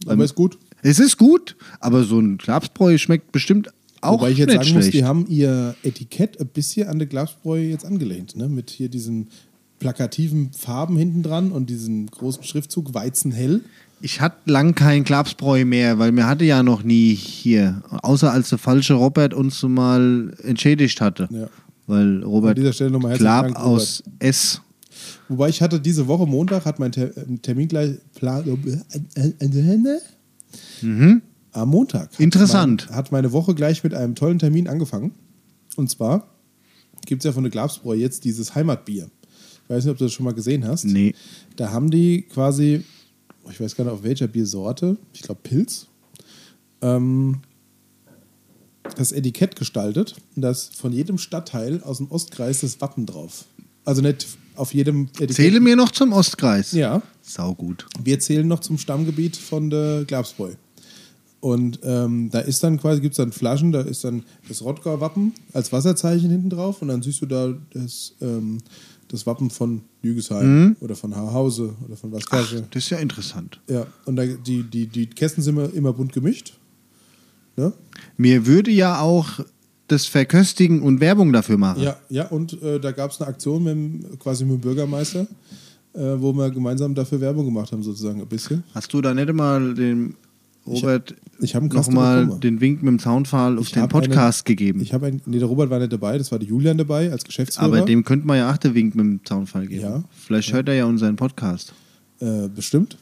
Speaker 2: Aber ist gut.
Speaker 1: Es ist gut, aber so ein Klapsbräu schmeckt bestimmt auch
Speaker 2: Wobei ich jetzt
Speaker 1: nicht
Speaker 2: sagen
Speaker 1: schlecht.
Speaker 2: muss, die haben ihr Etikett ein bisschen an der Glasbräu jetzt angelehnt, ne? Mit hier diesen plakativen Farben hinten dran und diesem großen Schriftzug Weizenhell.
Speaker 1: Ich hatte lang kein Klapsbräu mehr, weil mir hatte ja noch nie hier, außer als der falsche Robert uns so mal entschädigt hatte.
Speaker 2: Ja.
Speaker 1: Weil
Speaker 2: An
Speaker 1: Robert
Speaker 2: dieser Stelle nochmal herzlichen
Speaker 1: Klab
Speaker 2: Dank, Robert.
Speaker 1: aus S.
Speaker 2: Wobei ich hatte diese Woche Montag, hat mein Ter äh, Termin gleich äh, Plan. Mhm. Am Montag. hat
Speaker 1: Mhm. Interessant.
Speaker 2: Mein, hat meine Woche gleich mit einem tollen Termin angefangen. Und zwar gibt es ja von der Glabsbräu jetzt dieses Heimatbier. Ich weiß nicht, ob du das schon mal gesehen hast.
Speaker 1: Nee.
Speaker 2: Da haben die quasi, ich weiß gar nicht auf welcher Biersorte, ich glaube Pilz, ähm, das Etikett gestaltet und da ist von jedem Stadtteil aus dem Ostkreis das Wappen drauf. Also nicht auf jedem Etikett.
Speaker 1: Zähle mir noch zum Ostkreis.
Speaker 2: Ja.
Speaker 1: Sau gut.
Speaker 2: Wir zählen noch zum Stammgebiet von der Glabsbräu. Und ähm, da ist dann quasi, gibt es dann Flaschen, da ist dann das Rottgau-Wappen als Wasserzeichen hinten drauf und dann siehst du da das, ähm, das Wappen von Lügesheim oder von Haarhause oder von
Speaker 1: Ach,
Speaker 2: Waskirche.
Speaker 1: das ist ja interessant.
Speaker 2: Ja, und da, die, die, die Kästen sind immer, immer bunt gemischt. Ne?
Speaker 1: Mir würde ja auch das Verköstigen und Werbung dafür machen.
Speaker 2: Ja, ja, und äh, da gab es eine Aktion mit, dem- quasi mit dem Bürgermeister, äh, wo wir gemeinsam dafür Werbung gemacht haben, sozusagen ein bisschen.
Speaker 1: Hast du da nicht mal dem Robert
Speaker 2: ich hab einen Kasten
Speaker 1: nochmal
Speaker 2: bekommen.
Speaker 1: den Wink mit dem Zaunpfahl auf
Speaker 2: Ich
Speaker 1: den
Speaker 2: hab
Speaker 1: Podcast
Speaker 2: einen-
Speaker 1: gegeben?
Speaker 2: Ich habe einen, nee, der Robert war nicht dabei, das war der Julian dabei als Geschäftsführer.
Speaker 1: Aber dem könnte man ja auch den Wink mit dem Zaunfall geben.
Speaker 2: Ja.
Speaker 1: Vielleicht hört er ja unseren Podcast.
Speaker 2: äh, bestimmt.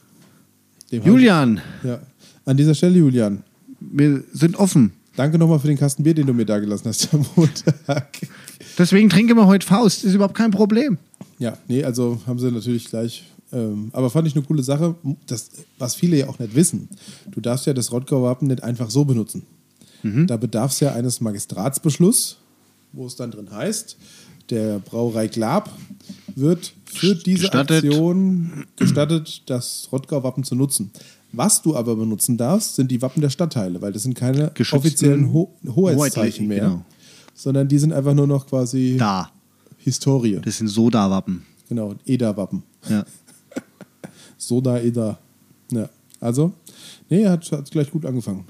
Speaker 2: Dem hab
Speaker 1: Julian,
Speaker 2: Ich, ja. An dieser Stelle, Julian,
Speaker 1: wir sind offen.
Speaker 2: danke nochmal für den Kasten Bier, den du mir dagelassen hast am Montag.
Speaker 1: Deswegen trinken wir heute Faust. Ist überhaupt kein Problem.
Speaker 2: Ja, nee, also haben sie natürlich gleich. Ähm, aber fand ich eine coole Sache, das, was viele ja auch nicht wissen. Du darfst ja das Rottgau-Wappen nicht einfach so benutzen.
Speaker 1: Mhm.
Speaker 2: Da bedarf es ja eines Magistratsbeschluss, wo es dann drin heißt, der Brauerei Glab wird für diese
Speaker 1: Gestattet.
Speaker 2: Aktion gestattet, das Rottgau-Wappen zu nutzen. Was du aber benutzen darfst, sind die Wappen der Stadtteile, weil das sind keine
Speaker 1: Geschützten
Speaker 2: offiziellen Ho Hoheitszeichen
Speaker 1: Hoheitlichen,
Speaker 2: mehr,
Speaker 1: genau.
Speaker 2: sondern die sind einfach nur noch quasi
Speaker 1: Da.
Speaker 2: Historie.
Speaker 1: Das sind Soda-Wappen.
Speaker 2: Genau, EDA-Wappen.
Speaker 1: Ja.
Speaker 2: Soda Eda. Ja. Also, nee, hat, hat gleich gut angefangen.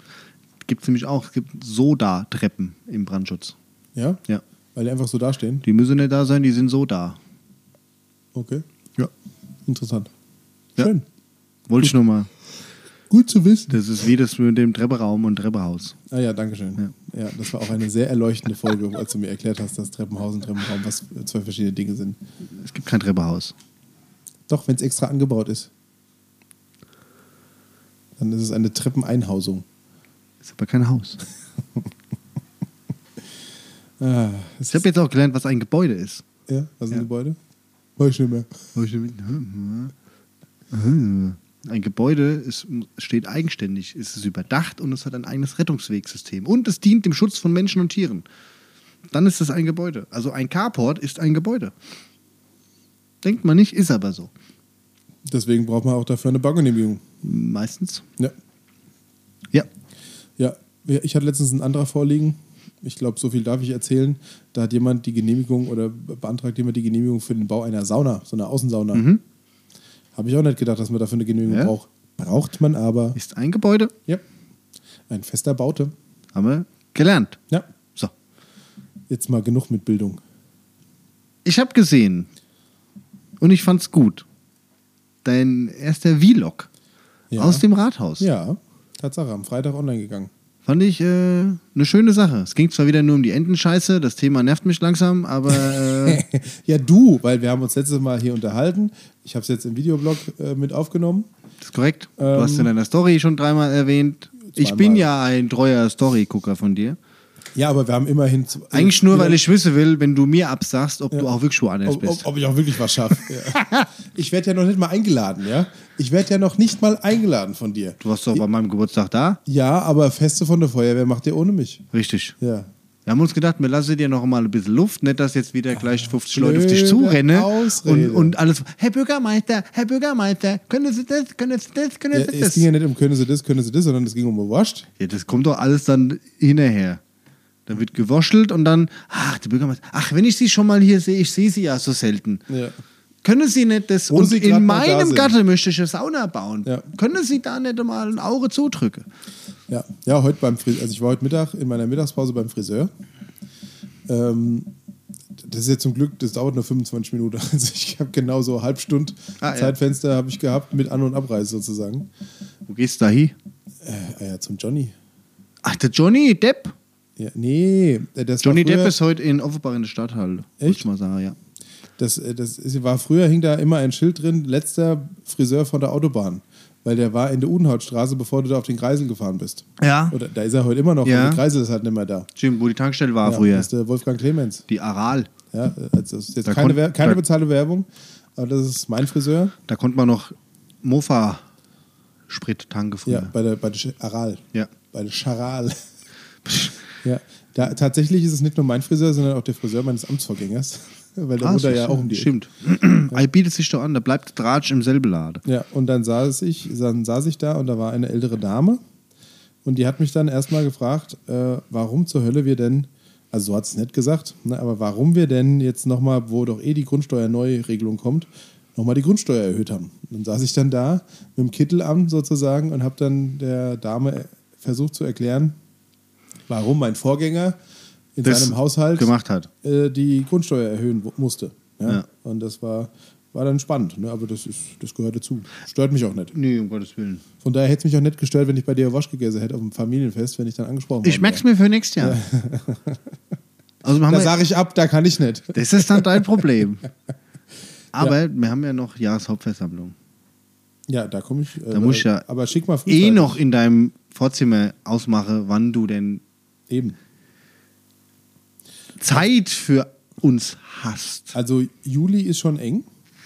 Speaker 1: Gibt es nämlich auch. Es gibt Soda-Treppen im Brandschutz.
Speaker 2: Ja?
Speaker 1: Ja.
Speaker 2: Weil die einfach so dastehen.
Speaker 1: Die müssen nicht da sein, die sind so da.
Speaker 2: Okay.
Speaker 1: Ja.
Speaker 2: Interessant.
Speaker 1: Ja.
Speaker 2: Schön.
Speaker 1: Wollte ich nur mal.
Speaker 2: Gut zu wissen.
Speaker 1: Das ist wie das mit dem Trepperaum und Treppehaus.
Speaker 2: Ah ja, danke schön. Ja. das war auch eine sehr erleuchtende Folge, als du mir erklärt hast, dass Treppenhaus und Treppenraum was zwei verschiedene Dinge sind.
Speaker 1: Es gibt kein Treppehaus.
Speaker 2: Doch, wenn es extra angebaut ist. Dann ist es eine Treppeneinhausung.
Speaker 1: Ist aber kein Haus.
Speaker 2: Ah,
Speaker 1: Ich habe jetzt auch gelernt, was ein Gebäude ist.
Speaker 2: ja, was ist ein
Speaker 1: Ja.
Speaker 2: Gebäude? Weiß ich nicht mehr.
Speaker 1: hm, Ein Gebäude ist, steht eigenständig, es ist überdacht und es hat ein eigenes Rettungswegsystem. Und es dient dem Schutz von Menschen und Tieren. Dann ist es ein Gebäude. Also ein Carport ist ein Gebäude. Denkt man nicht, ist aber so.
Speaker 2: Deswegen braucht man auch dafür eine Baugenehmigung.
Speaker 1: Meistens.
Speaker 2: Ja.
Speaker 1: Ja.
Speaker 2: Ja, ja, ich hatte letztens einen Antrag vorliegen. Ich glaube, so viel darf ich erzählen. Da hat jemand die Genehmigung oder beantragt jemand die Genehmigung für den Bau einer Sauna, so einer Außensauna. Habe ich auch nicht gedacht, dass man dafür eine Genehmigung
Speaker 1: Mhm. Ja.
Speaker 2: braucht. Braucht man aber.
Speaker 1: Ist ein Gebäude,
Speaker 2: Ja. Ein fester Baute.
Speaker 1: haben wir gelernt.
Speaker 2: Ja,
Speaker 1: So.
Speaker 2: jetzt mal genug mit Bildung.
Speaker 1: Ich habe gesehen und ich fand's gut. Dein erster Vlog
Speaker 2: Ja.
Speaker 1: aus dem Rathaus.
Speaker 2: Ja, Tatsache, am Freitag online gegangen.
Speaker 1: Fand ich äh, eine schöne Sache. Es ging zwar wieder nur um die Entenscheiße, das Thema nervt mich langsam, aber äh,
Speaker 2: ja, du, weil wir haben uns letztes Mal hier unterhalten. Ich habe es jetzt im Videoblog äh, mit aufgenommen.
Speaker 1: ist korrekt. Du
Speaker 2: Ähm,
Speaker 1: hast in deiner Story schon dreimal erwähnt. Ich bin
Speaker 2: zweimal.
Speaker 1: ja ein treuer Story-Gucker von dir.
Speaker 2: Ja, aber wir haben immerhin... zu-
Speaker 1: Eigentlich nur, weil ich wissen will, wenn du mir absagst, ob du auch wirklich woanders
Speaker 2: ob,
Speaker 1: bist.
Speaker 2: ob, ob ich auch wirklich was schaffe. ja. Ich werde ja noch nicht mal eingeladen, ja? Ich werde ja noch nicht mal eingeladen von dir.
Speaker 1: Du warst doch bei meinem Geburtstag da.
Speaker 2: Ja, aber Feste von der Feuerwehr macht ihr ohne mich.
Speaker 1: Richtig.
Speaker 2: Ja.
Speaker 1: Wir haben uns gedacht, wir lassen dir noch mal ein bisschen Luft, nicht, dass jetzt wieder gleich 50 Leute auf dich
Speaker 2: Ah, blöde
Speaker 1: zurennen und,
Speaker 2: Ausrede.
Speaker 1: und alles. Herr Bürgermeister, Herr Bürgermeister, können Sie das, können Sie das, können
Speaker 2: ja
Speaker 1: Sie
Speaker 2: es
Speaker 1: das?
Speaker 2: ging ja nicht um können sie das, können sie das, sondern es ging um Wascht.
Speaker 1: Ja, das kommt doch alles dann hinterher. Dann wird gewurschtelt und dann, ach, der Bürgermeister, ach, wenn ich sie schon mal hier sehe, ich sehe sie ja so selten.
Speaker 2: Ja.
Speaker 1: Können Sie nicht das?
Speaker 2: Wo
Speaker 1: und
Speaker 2: Sie grad
Speaker 1: in
Speaker 2: mal da
Speaker 1: meinem
Speaker 2: sind.
Speaker 1: Gatte möchte ich eine Sauna bauen.
Speaker 2: Ja.
Speaker 1: Können Sie da nicht mal ein Auge zudrücken?
Speaker 2: Ja, ja heute beim Friseur. Also ich war heute Mittag in meiner Mittagspause beim Friseur. Ähm, das ist jetzt zum Glück, das dauert nur 25 Minuten. Also ich habe genau so eine halbe Stunde
Speaker 1: Ah, ja.
Speaker 2: Zeitfenster habe ich gehabt mit An- und Abreise sozusagen.
Speaker 1: Wo gehst du da hin?
Speaker 2: Äh, ja, zum Johnny.
Speaker 1: Ach, der Johnny Depp.
Speaker 2: Ja, nee, das war
Speaker 1: Johnny
Speaker 2: früher,
Speaker 1: Depp ist heute in Offenbach in der Stadthalle. Echt? Ich mal sagen, ja.
Speaker 2: Das, äh, das ist, war früher hing da immer ein Schild drin, letzter Friseur von der Autobahn. Weil der war in der Unhautstraße, bevor du da auf den Kreisel gefahren bist.
Speaker 1: Ja.
Speaker 2: Oder da ist er heute immer noch,
Speaker 1: Ja.
Speaker 2: aber der Kreisel ist halt nicht mehr da.
Speaker 1: Jim, wo die Tankstelle war
Speaker 2: Ja,
Speaker 1: früher.
Speaker 2: Das ist der Wolfgang Clemens.
Speaker 1: Die Aral.
Speaker 2: Ja, äh, das ist jetzt
Speaker 1: Da
Speaker 2: keine,
Speaker 1: kon-
Speaker 2: Wer- keine
Speaker 1: da-
Speaker 2: bezahlte Werbung, aber das ist mein Friseur.
Speaker 1: Da konnte man noch Mofa-Sprit tanken
Speaker 2: Ja,
Speaker 1: früher.
Speaker 2: bei der, bei der Sch- Aral.
Speaker 1: Ja.
Speaker 2: Bei der Charal. ja. Da, tatsächlich ist es nicht nur mein Friseur, sondern auch der Friseur meines Amtsvorgängers. Weil der
Speaker 1: Ah,
Speaker 2: Mutter
Speaker 1: so-
Speaker 2: ja auch um die Ecke.
Speaker 1: Stimmt. Ei bietet sich doch an, da bleibt Tratsch im selben Laden.
Speaker 2: Ja, und dann saß ich, dann saß ich da und da war eine ältere Dame und die hat mich dann erstmal gefragt, äh, warum zur Hölle wir denn, also so hat es nicht gesagt, ne, aber warum wir denn jetzt nochmal, wo doch eh die Grundsteuerneuregelung kommt, nochmal die Grundsteuer erhöht haben. Und dann saß ich dann da mit dem Kittel an sozusagen und habe dann der Dame versucht zu erklären, warum mein Vorgänger in
Speaker 1: Das
Speaker 2: seinem Haushalt
Speaker 1: gemacht hat.
Speaker 2: äh, die Grundsteuer erhöhen wo- musste. Ja?
Speaker 1: Ja.
Speaker 2: Und das war, war dann spannend, ne? aber das, ist, das gehört dazu. Stört mich auch nicht.
Speaker 1: Nee, um Gottes Willen.
Speaker 2: Von daher hätte es mich auch nicht gestört, wenn ich bei dir Wasch gegessen hätte auf dem Familienfest, wenn ich dann angesprochen
Speaker 1: Ich merk's mir für nächstes Jahr. Also wir haben
Speaker 2: Da
Speaker 1: ja,
Speaker 2: sage ich ab, da kann ich nicht.
Speaker 1: das ist dann dein Problem. Aber wir haben ja noch Jahreshauptversammlung.
Speaker 2: Ja, da komme ich. äh,
Speaker 1: Da muss ich ja
Speaker 2: aber schick mal frühzeitig.
Speaker 1: Eh noch in deinem Vorzimmer ausmache, wann du denn
Speaker 2: Eben.
Speaker 1: Zeit für uns hast.
Speaker 2: Also Juli ist schon eng.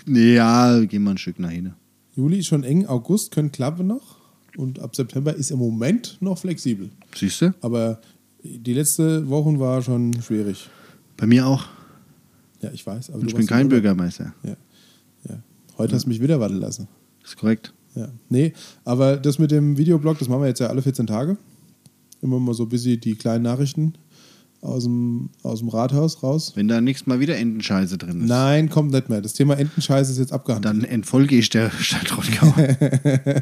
Speaker 1: Ja, gehen wir ein Stück nach hinten.
Speaker 2: Juli ist schon eng. August können klappen noch. Und ab September ist im Moment noch flexibel.
Speaker 1: Siehst du?
Speaker 2: Aber die letzte Woche war schon schwierig.
Speaker 1: Bei mir auch.
Speaker 2: Ja, ich weiß. Aber
Speaker 1: Und
Speaker 2: du
Speaker 1: ich bin
Speaker 2: warst
Speaker 1: kein
Speaker 2: im Urlaub.
Speaker 1: Bürgermeister.
Speaker 2: Ja. ja. Heute hast du mich wieder warten lassen.
Speaker 1: ist korrekt.
Speaker 2: Ja. Nee, aber das mit dem Videoblog, das machen wir jetzt ja alle 14 Tage. Immer mal so busy die kleinen Nachrichten aus dem, aus dem Rathaus raus.
Speaker 1: Wenn da nächstes Mal wieder Entenscheiße drin ist,
Speaker 2: Nein, kommt nicht mehr. Das Thema Entenscheiße ist jetzt abgehandelt.
Speaker 1: dann entfolge ich der Stadt Rottgau.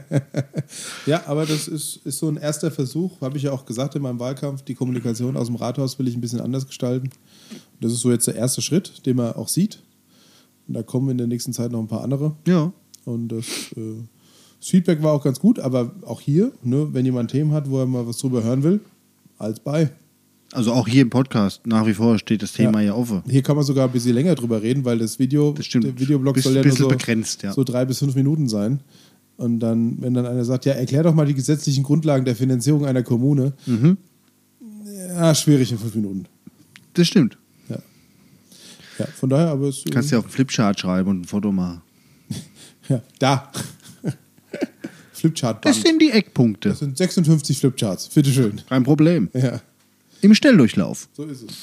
Speaker 2: Ja, aber das ist, ist so ein erster Versuch, habe ich ja auch gesagt in meinem Wahlkampf. Die Kommunikation aus dem Rathaus will ich ein bisschen anders gestalten. Das ist so jetzt der erste Schritt, den man auch sieht. Und da kommen in der nächsten Zeit noch ein paar andere.
Speaker 1: ja.
Speaker 2: Und das, äh, das Feedback war auch ganz gut, aber auch hier, ne, wenn jemand Themen hat, wo er mal was drüber hören will, als bei.
Speaker 1: Also auch hier im Podcast nach wie vor steht das Thema ja, offen.
Speaker 2: Hier kann man sogar ein bisschen länger drüber reden, weil das Video,
Speaker 1: Das stimmt.
Speaker 2: der Videoblog
Speaker 1: Bis-
Speaker 2: soll ja nur
Speaker 1: bisschen
Speaker 2: so,
Speaker 1: begrenzt, ja.
Speaker 2: so drei bis fünf Minuten sein. Und dann, wenn dann einer sagt, ja, erklär doch mal die gesetzlichen Grundlagen der Finanzierung einer Kommune.
Speaker 1: Mhm.
Speaker 2: Ja, schwierig in fünf Minuten.
Speaker 1: Das stimmt.
Speaker 2: Ja. ja von daher, aber es. äh,
Speaker 1: Kannst ja auf einen Flipchart schreiben und ein Foto machen.
Speaker 2: ja, da. Flipchart.
Speaker 1: Das sind die Eckpunkte.
Speaker 2: das sind 56 Flipcharts. Bitteschön.
Speaker 1: Kein Problem.
Speaker 2: Ja,
Speaker 1: Im Stelldurchlauf.
Speaker 2: so ist es.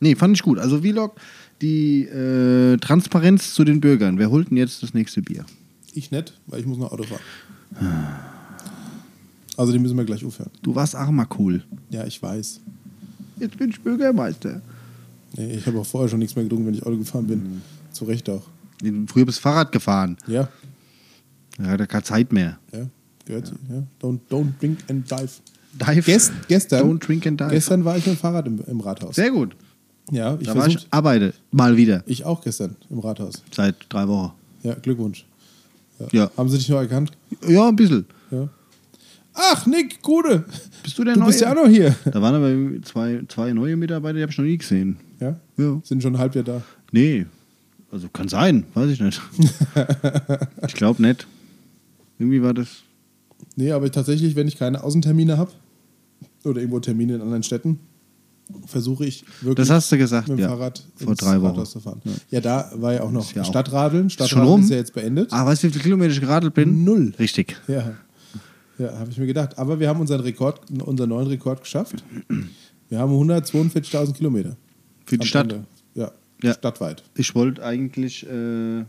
Speaker 1: Nee, fand ich gut. Also Vlog, die äh, Transparenz zu den Bürgern. Wer holt denn jetzt das nächste Bier?
Speaker 2: Ich nicht, weil ich muss noch Auto fahren. Also die müssen wir gleich aufhören.
Speaker 1: Du warst armer cool.
Speaker 2: Ja, ich weiß.
Speaker 1: Jetzt bin ich Bürgermeister.
Speaker 2: Nee, Ich habe auch vorher schon nichts mehr getrunken, wenn ich Auto gefahren bin.
Speaker 1: Mhm.
Speaker 2: Zu Recht auch.
Speaker 1: Früher bist du Fahrrad gefahren.
Speaker 2: Ja,
Speaker 1: Da hat er keine Zeit mehr.
Speaker 2: ja. Gehört sie. Ja. Don't, don't drink and dive.
Speaker 1: Dive.
Speaker 2: Gest, gestern,
Speaker 1: Don't drink and dive.
Speaker 2: gestern war ich mit dem Fahrrad im, im Rathaus.
Speaker 1: Sehr gut.
Speaker 2: Ja, ich,
Speaker 1: Da war ich
Speaker 2: versucht-
Speaker 1: arbeite. Mal wieder.
Speaker 2: ich auch gestern im Rathaus.
Speaker 1: Seit drei Wochen.
Speaker 2: Ja, Glückwunsch.
Speaker 1: Ja.
Speaker 2: Haben Sie dich noch erkannt?
Speaker 1: Ja, ein bisschen.
Speaker 2: Ja. Ach, Nick, Gude.
Speaker 1: Bist du der
Speaker 2: Du
Speaker 1: Neue?
Speaker 2: bist ja auch noch hier.
Speaker 1: Da waren aber zwei, zwei neue Mitarbeiter, die habe ich noch nie gesehen.
Speaker 2: Ja?
Speaker 1: Ja.
Speaker 2: Sind schon ein halb Jahr da.
Speaker 1: Nee. Also kann sein, weiß ich nicht. ich glaube nicht. Irgendwie war das.
Speaker 2: Nee, aber tatsächlich, wenn ich keine Außentermine habe oder irgendwo Termine in anderen Städten, versuche ich wirklich
Speaker 1: Das hast du gesagt,
Speaker 2: mit dem
Speaker 1: ja.
Speaker 2: Fahrrad
Speaker 1: Vor drei Wochen.
Speaker 2: Rathaus zu fahren. Ja. da war ja auch noch
Speaker 1: ja auch-
Speaker 2: Stadtradeln.
Speaker 1: schon
Speaker 2: Stadtradeln
Speaker 1: rum?
Speaker 2: ist ja jetzt beendet.
Speaker 1: Ah, weißt du, wie viele Kilometer ich geradelt bin?
Speaker 2: Null.
Speaker 1: Richtig.
Speaker 2: Ja, ja habe ich mir gedacht. Aber wir haben unseren Rekord, unseren neuen Rekord geschafft. Wir haben 142.000 Kilometer.
Speaker 1: Für die
Speaker 2: Am
Speaker 1: Stadt.
Speaker 2: Ende. Ja,
Speaker 1: Ja.
Speaker 2: stadtweit.
Speaker 1: Ich wollte eigentlich äh,